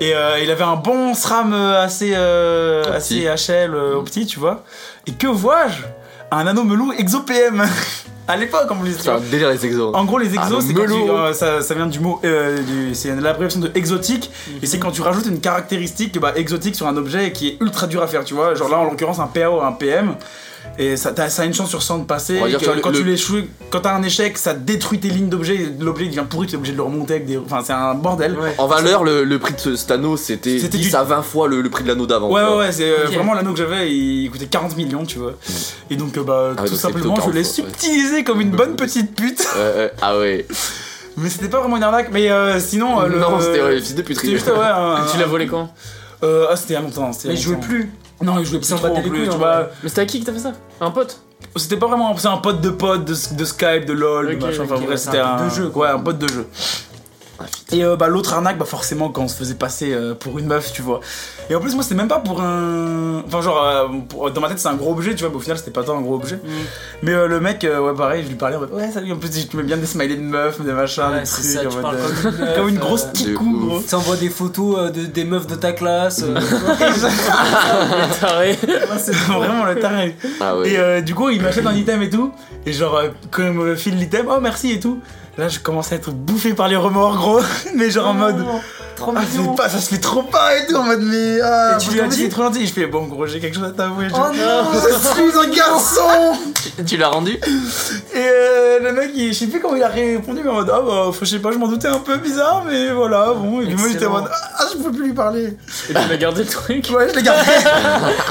Et euh, il avait un bon SRAM euh, assez, euh, assez Ah, Petit. HL euh, au petit, tu vois. Et que vois-je Un anneau melou exo-PM À l'époque, en plus, tu Enfin, vois. délire les exos. En gros, les Ah, exos, le c'est quand tu- melon. euh, ça, ça vient du mot, euh, du- c'est l'abréviation de exotique, et c'est quand tu rajoutes une caractéristique bah, exotique sur un objet qui est ultra dur à faire, tu vois. Genre là, en l'occurrence, un PAO, un PM, et ça, t'as- ça a une chance sur 100 de passer. On va et dire que que le- quand tu le- l'échoues, quand t'as un échec, ça détruit tes lignes d'objets, et l'objet devient pourri, tu es obligé de le remonter avec des. Enfin, c'est un bordel. Ouais. En valeur, le, le prix de ce, cet anneau, c'était C'était 10 du- à 20 fois le, le prix de l'anneau d'avant. Ouais, tu ouais, vois. ouais, c'est euh, Ok. vraiment l'anneau que j'avais, il coûtait 40 millions, tu vois. Et donc, euh, bah, Ah ouais, tout donc c'est plutôt simplement, je 40, l'ai ouais. subtilisé comme une bonne petite pute. Ouais, ouais. Ah ouais. Mais c'était pas vraiment une arnaque, mais euh, sinon. euh, le- Non, c'était ouais, fils de puterie. C'était juste, ouais, un- Tu l'as volé quand Euh, ah, c'était il y a longtemps. c'était il y Mais a ils jouaient longtemps. plus. Non, il jouait Ils plus s'en trop battaient en les plus, couilles, tu en vois. vrai. Mais c'était à qui que t'as fait ça Un pote C'était pas vraiment c'est un pote de pote, de, de Skype, de LOL, de Ok, machin. Enfin, ok, bref, ouais, c'était c'est un un pote de jeu, Ouais, un pote de jeu. Ah, Et euh, bah, l'autre arnaque, bah, forcément, quand on se faisait passer euh, pour une meuf, tu vois. Et en plus, moi, c'était même pas pour un. Enfin, genre, euh, pour- dans ma tête, c'est un gros objet, tu vois, mais au final, c'était pas tant un gros objet. Mm. Mais euh, le mec, euh, ouais, pareil, je lui parlais en mode, ouais, salut, en plus, tu mets bien des smileys de meufs, des machins, Ouais, des c'est trucs, en ça, tu mode, parles euh, comme une meuf, comme une euh, grosse De ticou, ouf. gros. T'envoies des photos euh, de, des meufs de ta classe. euh, Taré. C'est vraiment le taré. Ah ouais. Et euh, du coup, il m'achète un item et tout. Et genre, euh, quand il me file l'item, oh merci et tout. Là, je commence à être bouffé par les remords, gros. Mais genre en mode. Oh, Trop Ah, c'est mignon. pas, ça se fait trop pas et tout. En mode, mais. Ah, Et tu parce lui qu'en as plus, dit il est trop gentil. Je fais, bon, gros, j'ai quelque chose à t'avouer. Oh Je- non Je suis un garçon Tu l'as rendu Et euh, le mec, il- je sais plus comment il a répondu, mais en mode, ah bah, faut- je sais pas, je m'en doutais un peu bizarre, mais voilà, bon. Et puis moi, j'étais en mode, ah, je peux plus lui parler. Et tu m'as gardé le truc. Ouais, je l'ai gardé.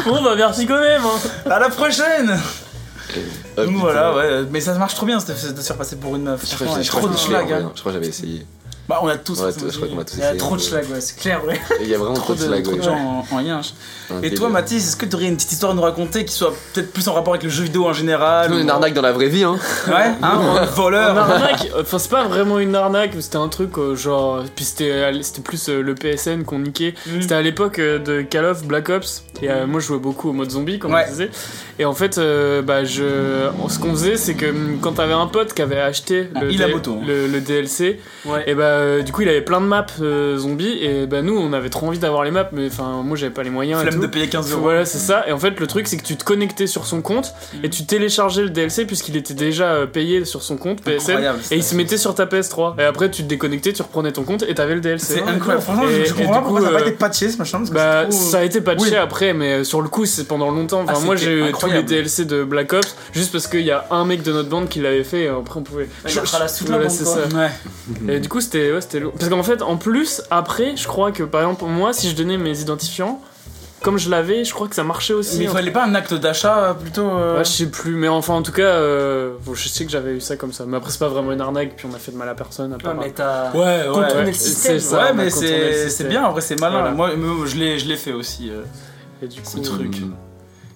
Bon bah merci quand même. hein. à la prochaine Euh, Donc putain. voilà, ouais, mais ça marche trop bien de se de se faire passer pour une meuf. Je crois Franchement, il que y je a crois trop que de je l'ai, en schlag, hein. vrai. Je crois que j'avais essayé. Bah, on a tous. Ouais, tous- je crois qu'on m'a tous Il y essayé. a trop de schlag, ouais, c'est clair, ouais. Il y a vraiment Trop trop de de, slag, trop de ouais. gens en, en yinche. Un Et toi, délire. Mathis, est-ce que tu aurais une petite histoire à nous raconter qui soit peut-être plus en rapport avec le jeu vidéo en général Nous, ou- une arnaque dans la vraie vie, hein. Ouais, hein, Une voleur. arnaque. Enfin c'est pas vraiment une arnaque, mais c'était un truc euh, genre puis c'était euh, c'était plus euh, le PSN qu'on niquait. Mm. C'était à l'époque euh, de Call of Black Ops et euh, moi je jouais beaucoup au mode zombie comme Ouais. on disait. Et en fait euh, bah je ce qu'on faisait c'est que hum, quand t'avais un pote qui avait acheté le, Il a moto, hein. le- le DLC Ouais. et bah euh, du coup il avait plein de maps euh, zombies et bah nous on avait trop envie d'avoir les maps mais enfin moi j'avais pas les moyens et Flemme tout. de payer 15 euros. Voilà, c'est ça. Et en fait, le truc, c'est que tu te connectais sur son compte Mm. et tu téléchargeais le DLC puisqu'il était déjà euh, payé sur son compte PSN. Incroyable, Et il ça. se mettait sur ta PS3. Et après, tu te déconnectais, tu reprenais ton compte et t'avais le DLC. C'est incroyable. Franchement, Et- je- je et comprends du pas pourquoi coup, ça n'a pas euh, été patché ce machin. Parce que bah, c'est trop- ça a été patché Oui. après, mais euh, sur le coup, c'est pendant longtemps. Enfin, Ah, moi, c'était j'ai eu tous les incroyable. DLC de Black Ops juste parce qu'il y a un mec de notre bande qui l'avait fait. Et après, on pouvait. Il a ralasse toute la Voilà, bande, c'est quoi. ça. Ouais. Et du coup, c'était ouais, c'était lourd. Parce qu'en fait, en plus, après, je crois que par exemple, moi, si je donnais mes identifiants, comme je l'avais, je crois que ça marchait aussi. Mais euh, il un fallait pas un acte d'achat euh, plutôt. euh, Ouais, je sais plus, mais enfin, en tout cas, euh, bon, je sais que j'avais eu ça comme ça. Mais après, c'est pas vraiment une arnaque, puis on a fait de mal à personne. À Non, part, mais t'as. Ouais, ouais. Contourner ouais. le système. C'est ça, ouais, on a mais contourné le c'est système. c'est bien, en vrai, c'est malin. Voilà. Moi, moi, je l'ai je l'ai fait aussi. euh. Et du coup, euh, Ce truc. Mm.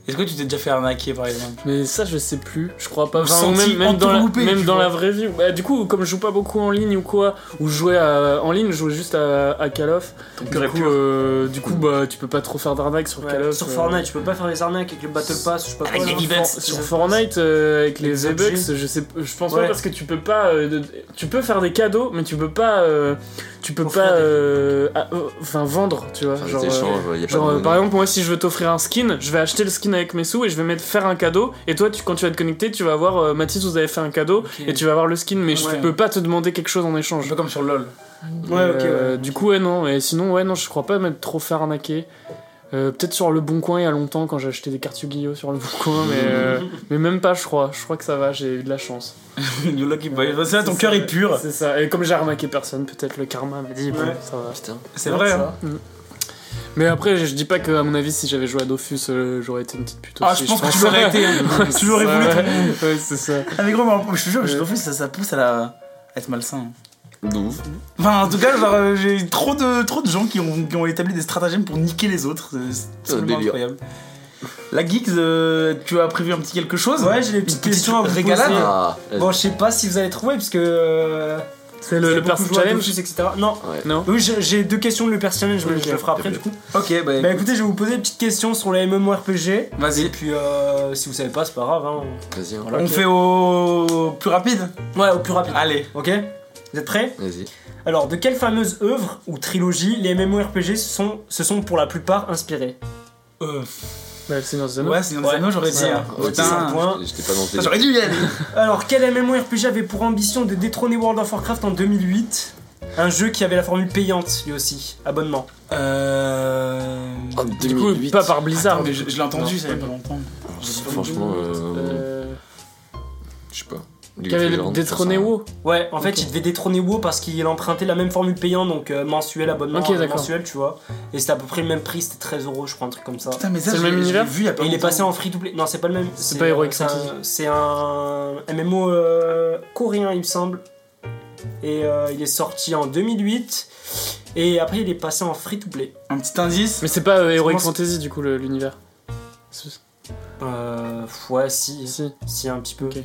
Est-ce que tu t'es déjà fait arnaquer par exemple Mais ça, je sais plus. Je crois pas. Enfin, Senti même, même dans, la, entourloupé, même tu dans vois. la vraie vie. Bah, du coup, comme je joue pas beaucoup en ligne ou quoi, ou je jouais à- en ligne, je jouais juste à, à Call of. Ton Du coup, euh, du coup, bah, tu peux pas trop faire d'arnaque sur Ouais, Call of. sur euh, Fortnite, tu peux pas faire les arnaques avec le Battle Pass, je sais pas Avec quoi. des là. events, For- Sur c'est- Fortnite, euh, avec les Les objets. V-Bucks, je sais, je pense pas Ouais. parce que tu peux pas, euh, de- tu peux faire des cadeaux, mais tu peux pas, euh, tu peux Offrir pas, des- euh, ah, euh, enfin vendre, tu vois. Enfin, Genre, les échanges, euh, il y a pas genre, de euh, monnaie. par exemple, moi si je veux t'offrir un skin, je vais acheter le skin avec mes sous et je vais mettre faire un cadeau. Et toi, tu, quand tu vas te connecter, tu vas voir euh, Mathis, vous avez fait un cadeau et tu vas avoir le skin, mais Ouais. je peux pas te demander quelque chose en Un échange. peu comme sur LoL. Ouais, ok, Euh, ouais. Du coup, ouais, non. Et sinon, ouais, non, je crois pas m'être trop fait arnaquer. Euh, Peut-être sur le bon coin il y a longtemps quand j'ai acheté des cartes Yu-Gi-Oh sur le bon coin, mais, euh, mais même pas, je crois. Je crois que ça va, j'ai eu de la chance. you lucky boy. Ouais, C'est là, ton c'est cœur ça. est pur. C'est ça. Et comme j'ai arnaqué personne, peut-être le karma m'a dit, bon, Ouais. ça va. Putain. C'est vrai. ça. hein. Mais après, je je dis pas que, à mon avis, si j'avais joué à Dofus, euh, j'aurais été une petite pute Ah, aussi, je pense que tu l'aurais été. Tu l'aurais voulu, Ouais, ton- ouais, ouais, c'est ça. Ah mais gros, mais je te jure, je Ouais. trouve que ça, ça pousse à la à être malsain. De ouf. Enfin, en tout cas, genre, euh, j'ai eu trop de, trop de gens qui ont, qui ont établi des stratagèmes pour niquer les autres. C'est- C'est Un absolument délire. incroyable. La Geeks, euh, tu as prévu un petit quelque chose Ouais, j'ai des petites petite questions à vous régalade. poser. Ah, vas-y. Bon, je sais pas si vous allez trouver parce que. euh, C'est le, j'ai le beaucoup perso joué à challenge Dofus, etc. Non. Ouais. Non Oui, j'ai j'ai deux questions de le perso challenge, mais Ok. je le ferai après du coup. Ok, bah, Bah écoutez, je vais vous poser des petites questions sur les MMORPG. vas-y. Et puis, euh, si vous savez pas, c'est pas grave. Hein. Vas-y, hein. Voilà. On Ok. fait au plus rapide Ouais, au plus rapide. Allez. Ok Vous êtes prêts Vas-y. Alors, de quelle fameuse œuvre ou trilogie les MMORPG se sont, se sont pour la plupart inspirés Euh, Bah, le Seigneur des Anneaux. ouais, sinon Ouais. Zano, j'aurais dit. Ouais. hein. Ouais, c'est un Putain, point. J'étais j'étais pas dans Putain, tes. j'aurais dû y aller. Alors, quel MMORPG avait pour ambition de détrôner World of Warcraft en 2008 Un jeu qui avait la formule payante, lui aussi, abonnement. Euh... Ah, Du coup, 2008. pas par Blizzard. Attends, mais je, je l'ai entendu, Non. ça fait pas longtemps. Franchement, euh, Euh, je sais pas. Qui avait détrôné WoW Ouais, en fait, Ok. il devait détrôner WoW parce qu'il empruntait la même formule payante, donc euh, mensuel, abonnement, Ok, euh, d'accord. mensuel, tu vois. Et c'était à peu près le même prix, c'était 13 euros, je crois, un truc comme ça. Putain, mais ça, C'est je le l'ai même je l'ai univers vu il y a pas Et il est longtemps. passé en free to play. Non, c'est pas le même. C'est pas Heroic c'est un- Fantasy. C'est un MMO euh, coréen, il me semble. Et euh, il est sorti en 2008. Et après, il est passé en free to play. Un petit indice Mais c'est pas euh, Heroic Comment c'est- Fantasy, du coup, le- l'univers. C'est- Euh, ouais, si, Si. si, un petit peu. Ok.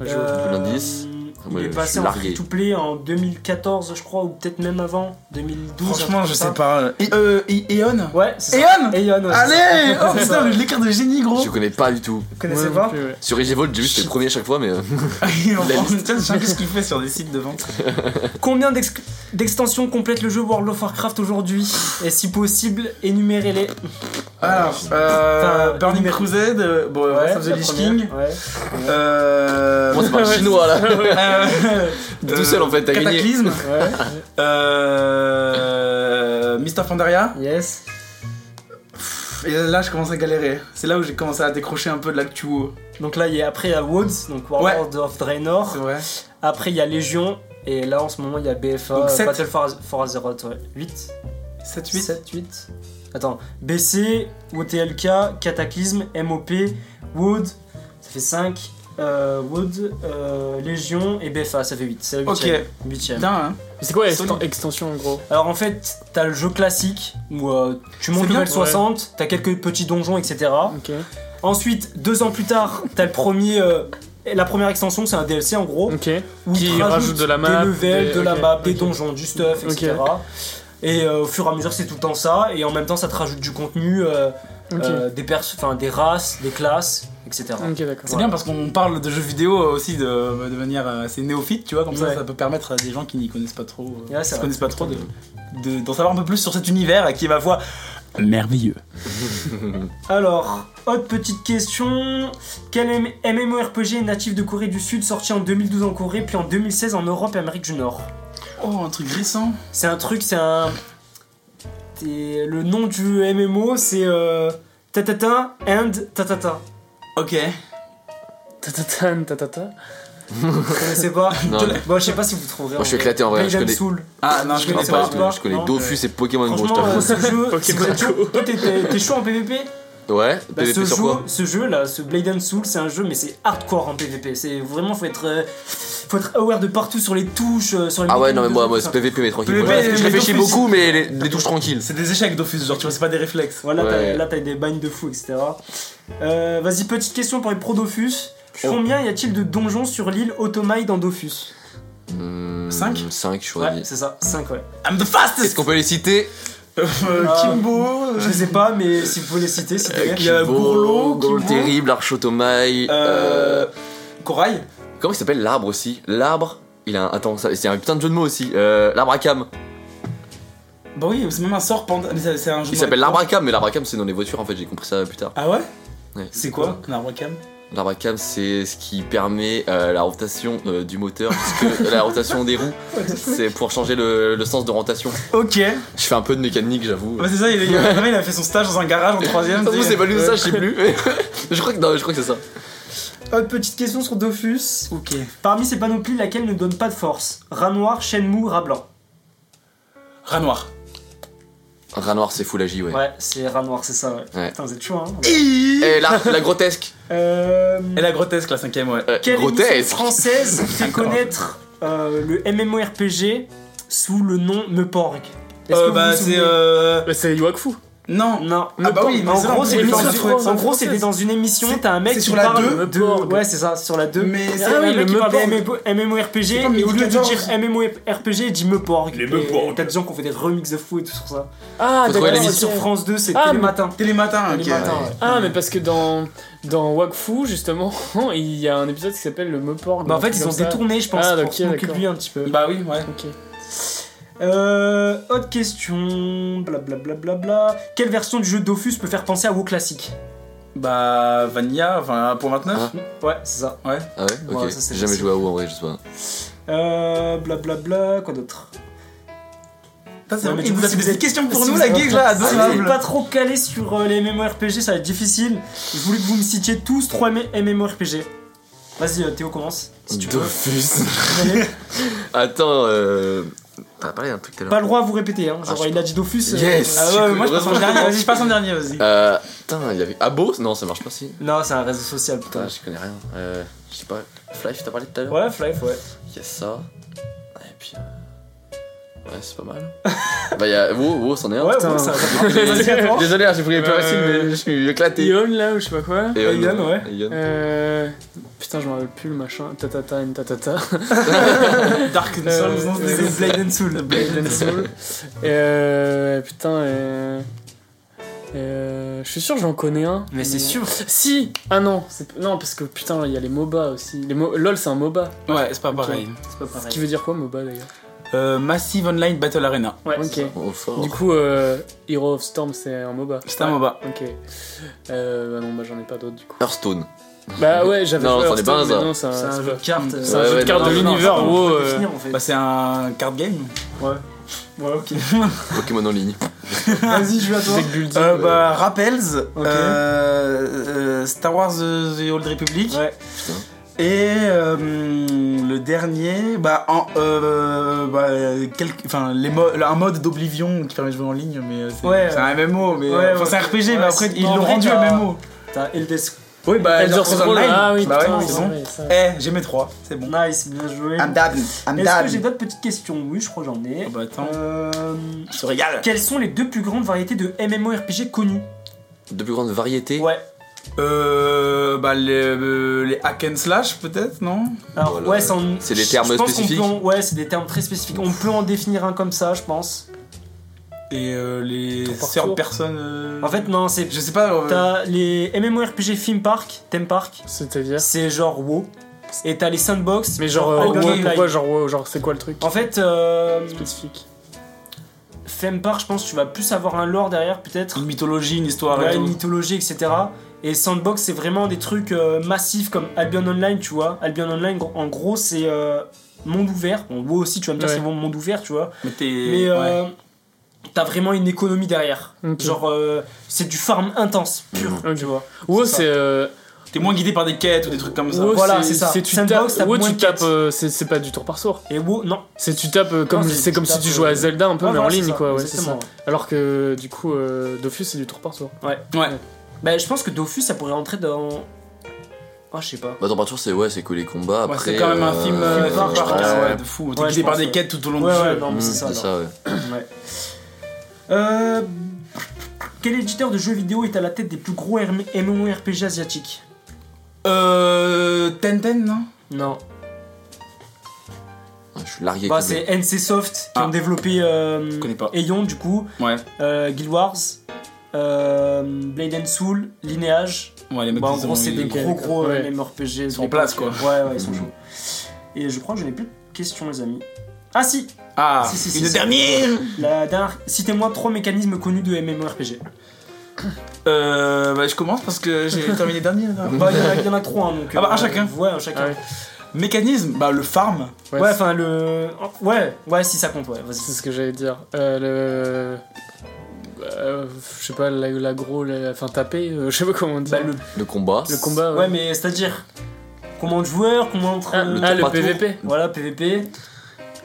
Ouais, je- Euh, L'indice Ah, Il Moi, est je passé suis en largué. free to play en 2014, je crois, ou peut-être même avant, 2012. un Franchement, truc je comme sais pas. euh, Et, euh, et- Eon ça. Ouais, c'est ça. Eon Aeon, ouais, c'est Allez ça. Oh putain, le- l'écart de génie, gros Je connais pas du tout. Vous Ouais, connaissez non pas plus, ouais. Sur Egevolt, j'ai vu, j'étais le premier à chaque fois, mais. euh, Il en La prend- Tiens, je sais qu'est-ce qu'il fait sur des sites de vente. Combien d'ex- d'extensions complète le jeu World of Warcraft aujourd'hui Et si possible, énumérez-les. Alors, euh, Enfin, Burning numéro- Crusade, euh, bon, Wrath of the la Lich première, King, ouais. euh, Moi, c'est pas le Ouais, chinois là. euh, Tout seul, en fait, t'as gagné. Cataclysme, Ouais, euh, Mister Pandaria, yes. et là je commence à galérer. C'est là où j'ai commencé à décrocher un peu de l'actu, Donc là, il y a, après, il y a Woods, donc World of c'est Draenor. vrai. Après, il y a Légion. Et là, en ce moment, il y a BFA, Donc sept. Battle for, Az- for Azeroth, ouais. 8 7, 8. 7, 8. Attends, BC, OTLK, Cataclysme, MOP, Wood, ça fait 5. Euh, Wood, euh, Légion et BFA, ça fait 8. C'est la Ok. 8ème. huitième. Putain, hein. Mais C'est quoi Solide. exten- extension en gros Alors en fait, t'as le jeu classique où euh, tu montes C'est level bien, 60, t'as quelques petits donjons, etc. Ok. Ensuite, deux ans plus tard, t'as le premier. euh, la première extension, c'est un DLC en gros, Ok. où Qui ils te rajoute rajoutent de la map, des levels, des- de la ok, map, des ok. donjons, du stuff, etc. Et euh, au fur et à mesure, c'est tout le temps ça, et en même temps, ça te rajoute du contenu, euh, Ok. Mm. euh, des perso- enfin des races, des classes, etc. Ok, d'accord. C'est bien parce qu'on parle de jeux vidéo aussi de, de manière euh, assez néophyte, tu vois, comme ça Ouais. ça peut permettre à des gens qui n'y connaissent pas trop, euh, Ouais, qui c'est se vrai. connaissent pas trop, de- de- d'en savoir un peu plus sur cet univers qui est ma foi merveilleux. Alors, autre petite question. Quel M- MMORPG est natif de Corée du Sud, sorti en 2012 en Corée, puis en 2016 en Europe et Amérique du Nord Oh, un truc récent. C'est un truc, c'est un. c'est- Le nom du MMO, c'est. Euh... Tatata and Tatata. Ok. Tatatan, tatata. Vous connaissez pas Non, mais- Bon, je sais pas si vous trouverez. Moi, je suis éclaté, en vrai, je connais- Soul. Ah non, je Je Non, connais connais pas. pas pas, du tout. toi Je connais Non, Dofus et Pokémon Go, je Franchement, euh, t'avoue. ce jeu. si vous êtes chaud- Toi, t'es- t'es t'es chaud en PvP Ouais, Bah, t'es ce, sur jeu, quoi ce jeu là, ce Blade and Soul, c'est un jeu mais c'est hardcore en PvP. C'est vraiment faut être, euh, faut être aware de partout sur les touches, euh, sur les. Ah ouais, mécaniques non, mais de moi, jeu, moi tout c'est ça. PVP mes tranquille. Mais Moi, mais- mais Je réfléchis Dofus- beaucoup, mais les- les touches tranquilles. C'est des échecs Dofus, genre tu vois, c'est pas des réflexes. Voilà, t'as- Ouais. là t'as des binds de fou, etc. Euh, Vas-y, petite question pour les pro Dofus. Oh. Combien y a-t-il de donjons sur l'île Otomai dans Dofus 5 Cinq 5, je Ouais, crois. c'est ça, 5 ouais. I'm the Est-ce fastest qu'on peut les citer Euh, Ah. Kimbo, euh, Je sais pas, mais si vous pouvez les citer, c'est Euh, bien. Il y a Kimbo, Gourlo, Gourlo Kimbo. Terrible, Archotomai. euh, Corail Comment il s'appelle l'arbre aussi L'arbre, il a un. Attends, ça- c'est un putain de jeu de mots aussi. Euh, l'arbre à cam. Bah oui, c'est même un sort pendant. Mais c'est c'est un jeu. Il s'appelle l'arbre à cam, mais l'arbre à cam c'est dans les voitures en fait, j'ai compris ça plus tard. Ah ouais Ouais. C'est quoi Un arbre à cam L'arbre à cam c'est ce qui permet euh, la rotation euh, du moteur, puisque la rotation des roues, c'est pour changer le, le sens de rotation. Ok. Je fais un peu de mécanique, j'avoue. Bah c'est ça, il, il- vraiment, il a fait son stage dans un garage en troisième. Euh, Ça vous c'est- c'est pas lui ça, je sais plus. je crois que non, je crois que c'est ça. Autre petite question sur Dofus. Ok. Parmi ces panoplies, laquelle ne donne pas de force Rat noir, chêne mou, rat blanc. Rat noir. Rat noir, c'est Foulagie, ouais. Ouais, c'est Rat Noir, c'est ça, ouais. Ouais. Putain, vous êtes chaud, hein. Et Eh, la, la grotesque. Euh, Et la grotesque, la cinquième, ouais. Euh, Quelle émission grotesque. française fait connaître euh, le MMORPG sous le nom Meporg Est-ce que Euh, vous bah, vous c'est. souvenez euh, Bah, c'est Wakfu. Non. Non, Ah bah oui, mais en c'est là, gros, on c'est peut le faire l'émission en de- français. en gros, c'était dans une émission, t'as un mec c'est qui sur la parle deux de... Meporg. Ouais, c'est ça, sur la 2. Mais c'est c'est- un Ah oui, mec le qui parle de Meporg. C'est MMORPG, comme et au lieu de 14. dire MMORPG, il dit Meporg. Les Et Meporg. T'as des gens qui ont fait des remixes de fou et tout sur ça. Ah, Faut trouver d'accord. la C'est ok. sur France 2, c'est Ah, tous les mais- matins. Télématin, ok. Les matins, ouais. ouais. Ah, mais parce que dans, dans Wakfu, justement, il y a un épisode qui s'appelle le Moporg. Bah en fait ils ont détourné je pense Ah, pour ok, se moquer de d'accord. lui un petit peu. Bah oui, ouais. Ok. Euh, autre question, blablabla. Quelle version du jeu Dofus peut faire penser à WoW classique Bah, Vanilla, enfin, pour 29. Ouais, c'est ça. Ouais. Ah ouais Ok. Ouais, ça, c'est J'ai jamais facile. joué à WoW en vrai, je sais pas. Euh, blablabla, quoi d'autre Ça, c'est Ouais, vrai, mais il du vous coup, a si fait vous des êtes- questions pour si nous, vous la êtes- geek, là, Ah, Si vous n'êtes adorable. pas trop calé sur euh, les MMORPG, ça va être difficile. Je voulais que vous me citiez tous 3 MMORPG. Vas-y, euh, Théo, commence. Si tu veux. Dofus. Allez, Attends, euh. T'as parlé d'un truc tout à pas l'heure. le droit à vous répéter, hein. Genre, Ah, je il a dit Dofus. euh, Yes Ah ouais, ouais, moi je passe en dernier, vas-y, je passe en dernier, vas-y. Euh. Putain, il y avait. Abo Non, ça marche pas si. Non, c'est un réseau social, putain. Putain, je connais rien. Euh. Je sais pas. Flash, t'as parlé tout à l'heure Ouais, Flife, ouais. Il y a ça. Et puis. euh, Ouais, c'est pas mal. bah, il y a. Wow, wow, c'en est un. Ouais, Putain. bon, ça va. Désolé, hein, j'ai pris les plus Euh, faciles, mais je suis éclaté. Ion, là, ou je sais pas quoi. Et Yon, Yon, ouais. Yon. Euh. Putain, je me rappelle plus le machin. Tatata, une tatata. Dark Souls, Euh, non, c'est- euh, c'est Blade and Soul. Et euh. Putain, euh. euh, je suis sûr, que j'en connais un. Mais c'est sûr. Si Ah non c'est- Non, parce que putain, il y a les MOBA aussi. Les mo- LOL, c'est un MOBA. Ouais, c'est pas pareil. C'est pas pareil. Qui veut dire quoi, MOBA d'ailleurs Euh, Massive Online Battle Arena. Ouais, Ok. Oh, fort. Du coup, euh, Hero of Storm, c'est un MOBA. C'est un MOBA. Ok. Euh, bah non, bah j'en ai pas d'autres du coup. Hearthstone. Bah ouais, j'avais Non, joué à c'en est pas Hearthstone, un, ça. mais non, c'est c'est un un jeu de cartes. c'est c'est un Ouais, jeu de ouais, cartes non, de non, non, l'univers, wow, euh, Bah, c'est un card game. Ouais, ok. Pokémon en ligne. Vas-y, je vais à toi. deck building. Euh, bah, Rappels, Ok. euh, euh, Star Wars euh, The Old Republic. Ouais. Et euh, le dernier, bah, en, euh, bah, quel- enfin, les mo- un mode d'Oblivion qui permet de jouer en ligne, mais euh, c'est Ouais. c'est un MMO, mais euh, Ouais, enfin, ouais. c'est un RPG, Ouais, mais après c'est- ils non, en l'ont vrai, rendu t'as- MMO. T'as Elder Scrolls. Oui, bah, Elder Scrolls Online. Ah oui, bah, putain, ouais, c'est c'est bon. vrai, ça. Eh, j'ai mes trois, c'est bon. Nice, bien joué. dab, I'm Est-ce que j'ai d'autres petites questions Oui, je crois que j'en ai. Oh, bah, attends, Euh, on se régale. Quelles sont les deux plus grandes variétés de MMORPG connues De plus grande variété. Ouais. Euh, bah, les, euh, les hack and slash, peut-être, non Alors, Voilà. ouais, c'est en- C'est des je termes pense qu'on peut spécifiques en- Ouais, c'est des termes très spécifiques. On peut en définir un comme ça, je pense. Et euh, les Tour par third tour. personnes. euh, En fait, non, c'est. je sais pas. euh, T'as les MMORPG Theme Park, Theme Park, C'est-à-dire c'est genre WoW. Et t'as les sandbox. Mais genre, euh, Albion wow, Online. pourquoi genre wow, genre c'est quoi le truc En fait, euh, spécifique Femme Park, je pense que tu vas plus avoir un lore derrière, peut-être. Une mythologie, une histoire. Ouais, et une tout. mythologie, etc. Et Sandbox, c'est vraiment des trucs euh, massifs comme Albion Online, tu vois. Albion Online, gro- en gros, c'est euh, monde ouvert. Bon, WoW aussi, tu vas me dire, Ouais. c'est vraiment monde ouvert, tu vois. Mais t'es. Mais ouais. euh, t'as vraiment une économie derrière. Ok. Genre, euh, c'est du farm intense, pur. Ouais, tu vois. Wow, ça. c'est. euh, T'es moins guidé par des quêtes ou des trucs comme ça. wow, Voilà, c'est- c'est ça. C'est tu Sandbox, t'as tapes. wow, moins tu de tapes. quêtes. euh, C'est c'est pas du tour par tour. Et WoW, non. C'est tu tapes euh, comme Non, c'est comme tu si tu tapes, jouais euh, à Zelda un peu ouais, mais en voilà, c'est ligne ça, quoi. Ouais, c'est exactement, ça. Alors que du coup euh, Dofus c'est du tour par tour. Ouais. Bah, je pense que Dofus, ça pourrait rentrer dans. Ah, je sais pas. Bah, dans Partour, c'est ouais, c'est que les combats. Ouais, après, c'est quand même un euh, film euh, film film par par par carte, carte, ouais. ouais, de fou. T'es Ouais, guidé je par pense, des ouais. quêtes tout au long Ouais, du ouais, jeu. non, Mmh, mais Mm, c'est ça. c'est alors. ça, ouais. Ouais. Euh, Quel éditeur de jeux vidéo est à la tête des plus gros RM- MMORPG asiatiques Euh. Tenten, non Non. Ouais, Je suis largué. Bah, complet. c'est NC Soft qui Ah. ont développé euh, connais pas. Aeon, du coup, Ouais. euh, Guild Wars, euh, Blade and Soul, Lineage. Ouais, les mecs, Bah, en ils gros, ont- c'est ils- des ok, gros d'accord. gros Ouais. MMORPG. sont en place, quoi. Ouais, ouais, ils sont chauds. Et je crois que je n'ai plus de questions, les amis. Ah si Ah, Si, si, si, une si. dernière La dernière. Citez-moi trois mécanismes connus de MMORPG. Euh. Bah, je commence parce que j'ai terminé dernier. là. Bah, il y en a- il y, en a trois, hein, donc. Ah bah, un euh, chacun. Ouais, un chacun. Ah ouais. Mécanisme, bah, le farm. Ouais, Ouais, c'est- enfin le. Ouais, ouais, si ça compte, ouais, c'est vas-y. ce que j'allais dire. Euh, le euh, je sais pas la, la gros la- enfin taper euh, je sais pas comment dire. Bah, le... Le combat. Le combat Ouais, mais c'est à dire. Combien de joueurs, combien entre. Ah, euh, ah, tour le par tour. PVP. Voilà, PVP.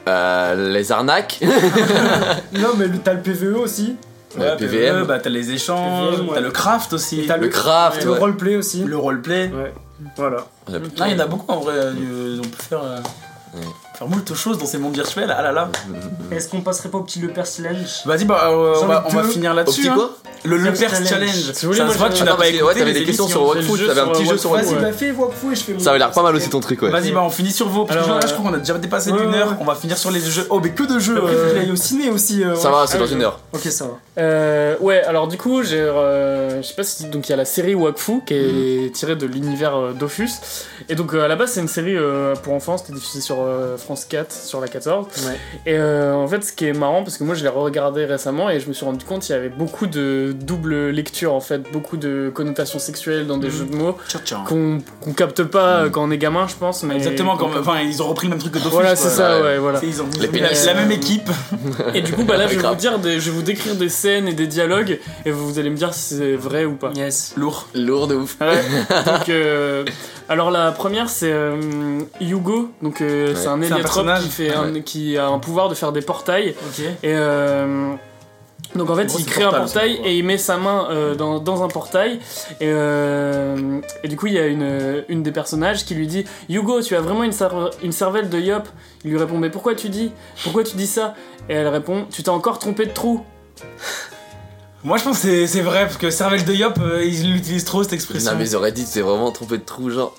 Euh, les arnaques. Non, mais le- t'as le PVE E aussi. Ouais, PVM. bah, t'as les échanges, PVM, ouais. t'as le craft aussi, Et t'as Le craft, Le ouais. roleplay aussi. le roleplay. Ouais. Voilà. On a plus- Non, il y en a beaucoup en vrai, euh, du- on peut faire, euh, Ouais. faire moult choses dans ces mondes virtuels, ah là là. Euh. Est-ce qu'on passerait pas au petit Le Perse Challenge Vas-y, bah, euh, J'en ai on, va, on va deux. finir Au là-dessus. petit hein. quoi Le Le Perse Perse Challenge. Challenge. Si vous voulez, Ça moi, se voit que je- tu n'as Attends, pas Ah, parce que, écouté. ouais, t'avais les des questions émissions. sur Wakfu, jeu t'avais un sur petit jeu Wakfu, sur Vas-y, Wakfu. ouais. bah fais Wakfu et je fais mon. Ça avait l'air pas mal aussi ton truc, ouais. Vas-y, bah, on finit sur vos. Parce que Alors, genre, là, euh, je crois qu'on a déjà dépassé ouais, d'une ouais, heure. ouais. On va finir sur les jeux. Oh, mais que de jeux. Après, faut euh, que j'aille au ciné aussi. euh, Ça ouais. va, c'est Ah dans oui, une oui. heure. Ok, ça va. Euh, ouais, alors du coup, j'ai, euh, je sais pas si donc il y a la série Wakfu qui est tirée de l'univers euh, Dofus, et donc euh, à la base c'est une série euh, pour enfants, c'était diffusée sur euh, France 4 sur la 14. Ouais. Et euh, en fait, ce qui est marrant, parce que moi je l'ai regardé récemment et je me suis rendu compte qu'il y avait beaucoup de double lecture en fait, beaucoup de connotations sexuelles dans des Mhm. jeux de mots tcha, tcha. qu'on qu'on capte pas euh, Mhm. quand on est gamin, je pense. Mais Exactement, qu'on comme, capte- euh, enfin, ils ont repris le même truc que Dofus. Voilà, quoi. c'est ça, Ouais. ouais, voilà. Et Ils ont, ils ont Les mis la, pénis. la même équipe. Et du coup, bah là, je vais Grave. vous dire, des, je vais vous décrire des scènes et des dialogues, et vous allez me dire si c'est vrai ou pas. Yes. Lourd. Lourd de ouf. Ouais. donc, euh, alors la première c'est euh, Hugo, donc euh, Ouais. c'est un C'est un héliotrope personnage. qui, fait un- qui a un pouvoir de faire des portails. Ok. Et euh, donc en fait En gros, il c'est crée portable, un son portail pouvoir. et il met sa main euh, dans, dans un portail. Et, euh, et du coup il y a une, une des personnages qui lui dit Hugo tu as vraiment une, cerve- une cervelle de Yop. Il lui répond mais pourquoi tu dis pourquoi tu dis ça Et elle répond tu t'es encore trompé de trou. Moi, je pense que c'est- c'est vrai, parce que Cervelle de Yop, euh, ils l'utilisent trop cette expression. Non, mais ils auraient dit, c'est vraiment trompé de trou, genre.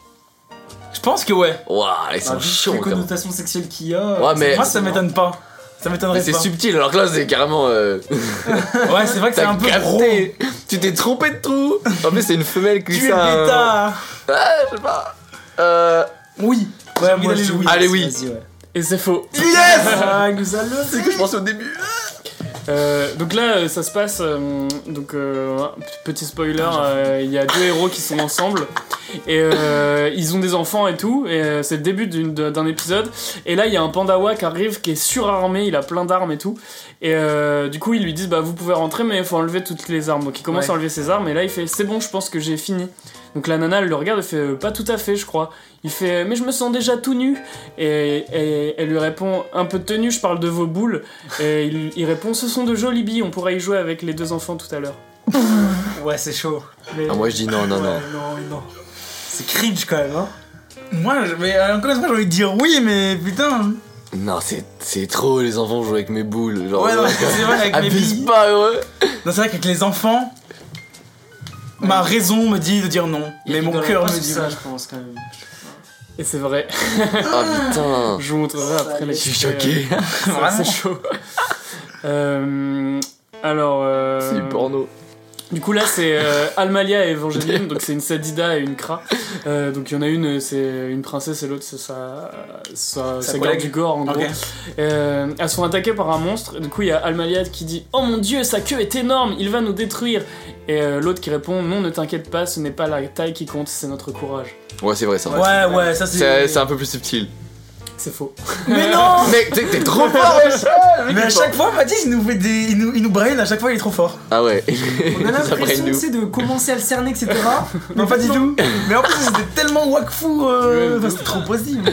Je pense que ouais. Waouh, ils Ah, sont vu chiants, les quand même. connotations sexuelles qu'il y a. Ouais, mais Moi, ça m'étonne pas. Ça mais m'étonnerait c'est pas. subtil, alors que là, c'est carrément. euh, Ouais, c'est vrai que c'est T'as un peu gros. capté Tu t'es trompé de trou En plus, c'est une femelle Tu qui es dit le ça. hein. pétard. Ah, je sais pas. Euh. Oui. Ouais, Ouais, moi, je- oui. Allez, oui. Vas-y, ouais. Et c'est faux. Yes Ah, il nous a le. C'est que je pensais au début. Euh, donc là, euh, ça se passe. euh, donc euh, petit spoiler, euh, il y a deux héros qui sont ensemble et euh, ils ont des enfants et tout. Et euh, c'est le début d'une- de- d'un épisode. Et là, il y a un pandawa qui arrive, qui est surarmé, il a plein d'armes et tout. Et euh, du coup, ils lui disent bah vous pouvez rentrer, mais il faut enlever toutes les armes. Donc il commence Ouais. à enlever ses armes. Et là, il fait c'est bon, je pense que j'ai fini. Donc la nana, elle le regarde, elle fait euh, pas tout à fait, je crois. Il fait mais je me sens déjà tout nu. Et, et elle lui répond un peu de tenue, je parle de vos boules. Et il, il répond Ce sont de jolies billes, on pourra y jouer avec les deux enfants tout à l'heure. Ouais, c'est chaud. Mais- Ah, moi, je dis non, non, non. Ouais, non, mais non. C'est cringe quand même, hein. Moi, je- mais euh, encore une fois, j'ai envie de dire oui, mais putain. Non, c'est c'est trop, les enfants jouent avec mes boules. Genre, Ouais, non, c'est vrai, avec mes Oh. abuse billes. pas, heureux. Non, c'est vrai qu'avec les enfants, ma raison me dit de dire non. Il y Mais a du mon dans la cœur poche, me dit ça, oui. je pense quand même. Et c'est vrai. Ah putain. Je vous montrerai après les Je suis choqué. C'est assez chaud. Euh, alors. euh, C'est du porno. Du coup, là, c'est euh, Almalia et Evangeline, donc c'est une Sadida et une Kra. Euh, donc il y en a une, c'est une princesse et l'autre, c'est sa, sa, sa garde collègue. du gore en gros. Ok. Euh, elles sont attaquées par un monstre. Du coup, il y a Almaliad qui dit Oh mon dieu, sa queue est énorme, il va nous détruire. Et euh, l'autre qui répond Non, ne t'inquiète pas, ce n'est pas la taille qui compte, c'est notre courage. Ouais, c'est vrai, ça. Ah Ouais, ouais, ça C'est c'est. c'est un peu plus subtil. C'est faux. Mais non Mec, t'es t'es trop fort, wesh. Mais à chaque fois, Mathis, il nous fait des. Il nous, il nous brain, à chaque fois, il est trop fort. Ah ouais. On a Ça prend l'impression, tu nous. sais, de commencer à le cerner, etc. Non, pas du tout. Mais en plus, c'était tellement wakfu. Ouais, Euh... enfin, de c'était trop possible.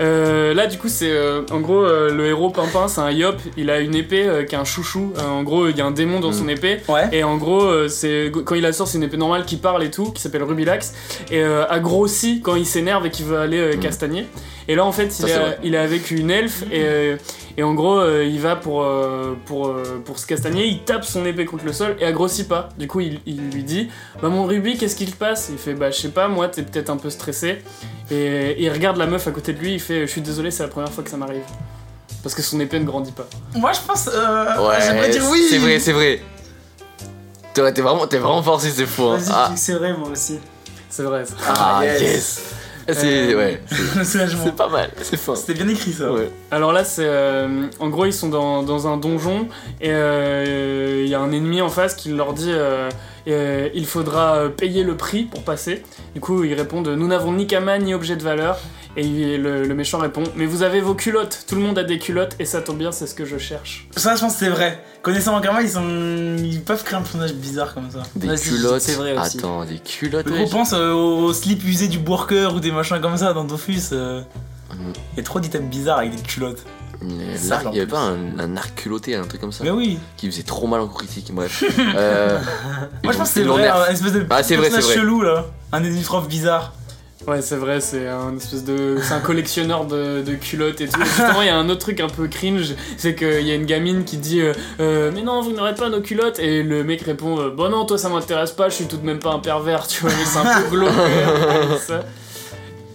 Euh, là, du coup, c'est euh, en gros euh, le héros Pimpin, c'est un Yop. Il a une épée euh, qui est un chouchou. Euh, en gros, il y a un démon dans son Hmm. épée. Ouais. Et en gros, euh, c'est quand il la sort, c'est une épée normale qui parle et tout, qui s'appelle Rubilax, et euh, a grossi quand il s'énerve et qu'il veut aller euh, Mm. castagner. Et là, en fait, il, c'est est, vrai. il est avec une elfe, Hmm. et, euh, et en gros, euh, il va pour, euh, pour, euh, pour se castagner, il tape son épée contre le sol et elle grossit pas. Du coup, il, il lui dit Bah, mon Ruby, qu'est-ce qu'il te passe Il fait Bah, je sais pas, moi, t'es peut-être un peu stressé. Et, et il regarde la meuf à côté de lui, il fait Je suis désolé, c'est la première fois que ça m'arrive. Parce que son épée ne grandit pas. Moi, je pense. Euh... J'aimerais Ouais. dire oui. C'est vrai, c'est vrai. T'es t'es vraiment, t'es vraiment fort si c'est faux. hein. Vas-y, je Ah, dis que c'est vrai, moi aussi. C'est vrai, ça. ah, yes. yes. C'est Euh, ouais. Le soulagement. C'est pas mal. C'est fin. C'était bien écrit ça. Ouais. Alors là, c'est euh, en gros, ils sont dans, dans un donjon et euh, il y a un ennemi en face qui leur dit euh, euh, il faudra euh, payer le prix pour passer. Du coup, ils répondent nous n'avons ni kama ni objet de valeur. Et il- le, le méchant répond mais vous avez vos culottes, tout le monde a des culottes et ça tombe bien, c'est ce que je cherche. Ça, je pense que c'est vrai. Connaissant Ankama, ils sont. Ils peuvent créer un personnage bizarre comme ça. Des Vas-y, c'est culottes. vrai aussi. Attends, des culottes. Le wesh. gros pense euh, au slip usé Mm. du worker ou des machins comme ça dans Dofus. euh. Il y a trop d'items bizarres avec des culottes. Il y avait Ça, un- en il y avait plus. pas un, un arc culotté, un truc comme ça, Mais oui. qui faisait trop mal en cours critique. Bref. Euh, Moi je pense que c'est ils l'ont vrai, nerf. un espèce de Ah, c'est vrai, personnage c'est vrai. chelou là. Un éditrophe bizarre. Ouais, c'est vrai, c'est un espèce de. C'est un collectionneur de, de culottes et tout. Et justement, il y a un autre truc un peu cringe, c'est qu'il y a une gamine qui dit euh, Euh, Mais non, vous n'aurez pas nos culottes. Et le mec répond euh, Bon, non, toi, ça m'intéresse pas, je suis tout de même pas un pervers, tu vois, mais c'est un peu glauque. euh, ça.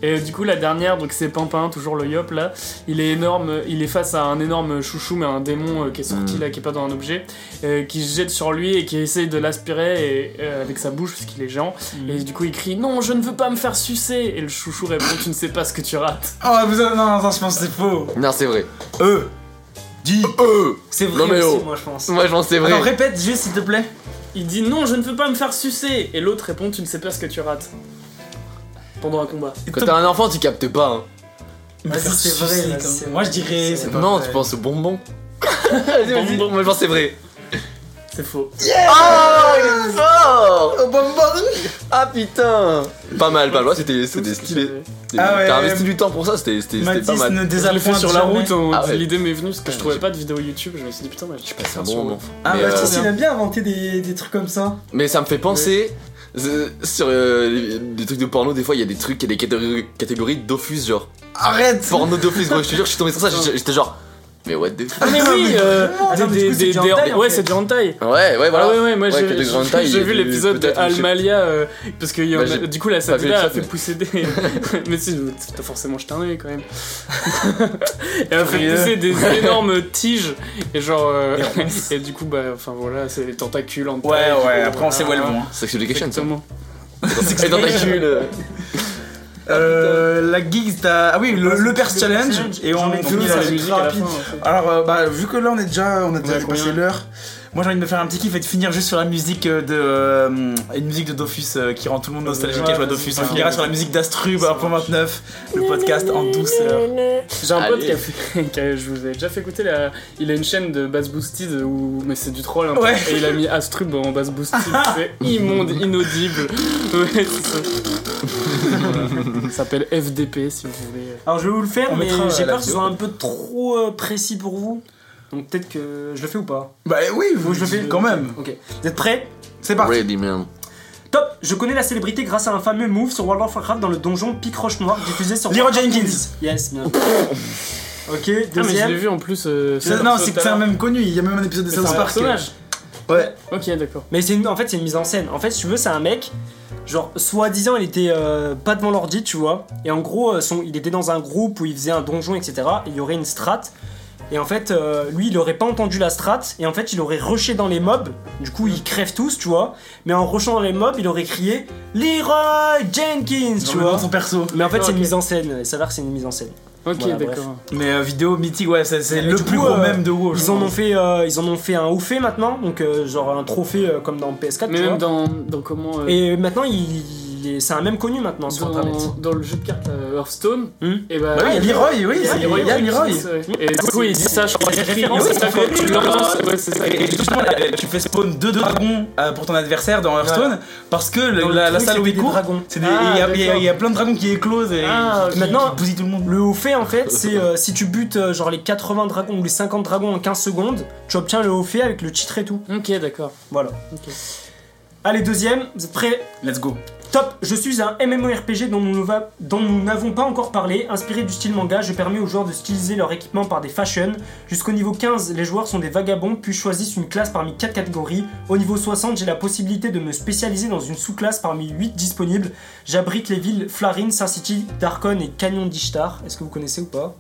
Et euh, du coup, la dernière, donc c'est Pimpin, toujours le yop là, il est énorme, euh, il est face à un énorme chouchou, mais un démon euh, qui est sorti Mm. là, qui est pas dans un objet, euh, qui se jette sur lui et qui essaye de l'aspirer et, euh, avec sa bouche, parce qu'il est géant. Et du coup, il crie Non, je ne veux pas me faire sucer Et le chouchou répond Tu ne sais pas ce que tu rates. Oh, vous non, non, non, je pense que c'est faux. Non, c'est vrai. Eux. Dis. Euh, C'est vrai Non, mais aussi, oh. moi je pense. moi je pense que c'est Non, vrai. répète juste s'il te plaît. Il dit Non, je ne veux pas me faire sucer Et l'autre répond Tu ne sais pas ce que tu rates. Pendant un combat. Quand t'as un enfant, tu captes pas. hein. Mais Vas-y, faire c'est vrai, sucer, vas-y, quand c'est même. vrai. Moi je dirais. C'est c'est pas Non, vrai. tu penses aux bonbons. Vas-y, vas-y. Bonbon. Moi je pense que c'est vrai. C'est faux. Oh, il est fort Oh, Ah putain Pas mal, pas mal, c'était c'était stylé. C'était- Ah ouais. T'as investi du temps pour ça, c'était c'était- c'était pas Mathis mal. ne Je l'ai fait désappointe sur la jamais. route, on- Ah ouais. l'idée m'est venue parce que je Ah, trouvais j'ai- pas de vidéo YouTube, je me suis dit putain, mais je suis C'est un bon moment. Ah, Mais, bah, euh, Mathis, il aime bien inventer des, des trucs comme ça. Mais ça me fait penser euh, sur euh, les- les trucs de porno, des fois il y a des trucs, il y a des catégories, catégories d'offus, genre Arrête porno d'offus, gros, je te jure, je suis tombé sur ça, j'étais- j'étais genre, mais what the fuck Ah, mais oui, euh, Ah, non, mais des- du coup, c'est des- du des- hentai, en Ouais, fait. c'est du hentai. Ouais, ouais, voilà. Ah ouais, ouais, moi Ouais, j'ai- que des j'ai- grandes tailles, j'ai vu et des- l'épisode de peut-être, je sais pas. Almalia, euh, parce que il y en Bah, a- j'ai du coup la pas vu Sabrina a l'épisode, fait mais- pousser des. mais si, t'as forcément jeté un œil quand même. et elle a fait Curieux. pousser des énormes tiges, et genre. euh, Des ronces. et du coup, bah, enfin voilà, c'est les tentacules en Ouais, ouais, après on sait où est le bon. Sexual Education, hein, ça. Exactement. Et dans ta cul, euh, Euh, la Geeks, t'as. Ah oui, le, le Perse Challenge. Et on J'en ai est fait fini ça, dans la les musique très à la rapides. fin, en fait. Alors, euh, bah, vu que là on est déjà, on a déjà Ouais, dépassé combien l'heure, moi j'ai envie de me faire un petit kiff et de finir juste sur la musique euh, de. euh, une musique de Dofus euh, qui rend tout le monde nostalgique à Ouais, jouer à vas-y, Dofus. On vas-y. finira sur la musique d'Astrub Ça 1.29, le podcast en euh. douceur. J'ai un pote Allez. qui a fait. qui a- je vous ai déjà fait écouter, la, il a une chaîne de bass boosted où. Mais c'est du troll un peu. Ouais. Ah. Et il a mis Astrub en bass boosted. c'est immonde, inaudible. Ouais, c'est ça. Voilà. Ça s'appelle FDP si vous voulez. Alors je vais vous le faire, On mais mettra, euh, j'ai la peur que ce vidéo. soit un peu trop euh, précis pour vous. Donc peut-être que je le fais ou pas. Bah oui, vous, Faut que je le fais quand même. Ok. Vous êtes prêts C'est parti. Ready, man. Top Je connais la célébrité grâce à un fameux move sur World of Warcraft dans le donjon Pic Roche Noire diffusé sur. Leroy Warcraft Jenkins. Yes, bien. ok, Ah, mais je l'ai deuxième. vu en plus. euh, C'est- sur- Non, sur c'est que tout à c'est un l'heure. même connu, il y a même un épisode de Mais c'est un South Park. personnage. Ouais. Ok, d'accord. Mais c'est une- en fait c'est une mise en scène. En fait, si tu veux, c'est un mec, genre soi-disant il était euh, pas devant l'ordi, tu vois. Et en gros, euh, son, il était dans un groupe où il faisait un donjon, etc. Et il y aurait une strat. Et en fait, euh, lui, il aurait pas entendu la strat. Et en fait, il aurait rushé dans les mobs. Du coup, ils crèvent tous, tu vois. Mais en rushant dans les mobs, il aurait crié Leroy Jenkins, Dans tu le nom vois. de son perso. Mais en fait, D'accord, c'est une ok. mise en scène. Et ça a l'air que c'est une mise en scène. Ok, Voilà, bref. d'accord. Mais euh, vidéo mythique, ouais, c'est c'est Et le du plus coup, gros euh, même de WoW. Oh, je Ils en ont pense. fait, euh, ils en ont fait un oufé maintenant. Donc, euh, genre un trophée euh, comme dans PS4. Mais tu vois. même dans, dans comment. euh, Et maintenant, il, il est- c'est un même connu maintenant sur internet. dans, dans le jeu de cartes euh, Hearthstone, Hmm. et bah. Bah oui, il y a Leroy, oui, Il y a c'est- il y a Leroy. Et du coup, il dit ça, je crois qu'il écrit. références, C'est ça quand tu lances. Ouais, c'est ça. Et justement, là, tu fais spawn deux dragons euh, pour ton adversaire dans Hearthstone parce que le- Dans le la, la truc, salle où c'était il des court, dragons. c'est des- Ah, il y a- il y a- d'accord. il y a plein de dragons qui éclosent et Ah, qui, maintenant- qui bousillent tout le monde. Le haut fait, en fait, c'est euh, si tu butes euh, genre les 80 dragons ou les 50 dragons en 15 secondes, tu obtiens le haut fait avec le titre et tout. Ok, d'accord. Voilà. Ok. Allez, deuxième, vous êtes prêts Let's go. Top Je suis un MMORPG dont nous va- dont nous n'avons pas encore parlé. Inspiré du style manga, je permets aux joueurs de styliser leur équipement par des fashions. Jusqu'au niveau 15, les joueurs sont des vagabonds, puis choisissent une classe parmi 4 catégories. Au niveau 60, j'ai la possibilité de me spécialiser dans une sous-classe parmi 8 disponibles. J'abrite les villes Flarine, Saint-City, Darkon et Canyon d'Ishtar. Est-ce que vous connaissez ou pas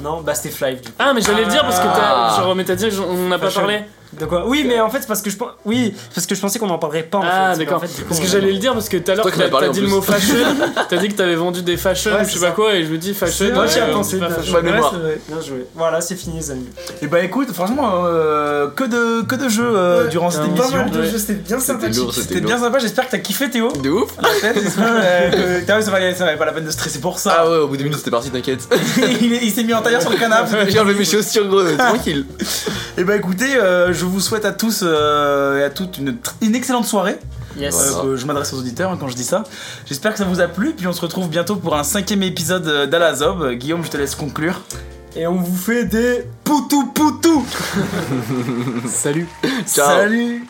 Non Bah c'était Flive du coup. Ah, mais j'allais le dire parce que Ah. t'as. Genre, mais t'as dit qu'on n'a pas Fashion. parlé. De quoi Oui mais en fait c'est parce que je pense... Oui, parce que je pensais qu'on en parlerait pas en Ah, fait. Mais d'accord. en fait, du coup, Parce que on- j'allais le dire parce que tout à l'heure, toi qui en as t'as parlé, t'as en dit le plus. mot fashion. T'as dit que t'avais vendu des fashion, Ouais, je sais c'est pas ça. quoi, et je me dis fashion. Moi, j'y ai euh, pensé, c'est pas bien fashion. Ma mémoire. Bien joué. Voilà, c'est fini les amis. Et bah écoute, franchement, euh, que de que de jeux euh, Ouais, durant cette t'as émission. mal de jeux, c'était bien C'était lourd, C'était c'était bien lourd. sympa, j'espère que t'as kiffé Théo. De ouf J'espère que- Ah T'as vu, ça valait ça valait pas la peine de stresser pour ça. Ah ouais, au bout de minutes c'était parti, t'inquiète. il est- il s'est mis en tailleur sur le canapé. c'était J'ai enlevé mes chaussures, gros, Ah. tranquille. Et bah écoutez, euh, je vous souhaite à tous euh, et à toutes une, tr- une excellente soirée. Yes. Voilà. Euh, que je m'adresse aux auditeurs hein, quand je dis ça. J'espère que ça vous a plu. Puis on se retrouve bientôt pour un cinquième épisode euh, d'Alazob. Guillaume, je te laisse conclure. et on vous fait des poutou poutou. Salut Ciao. Salut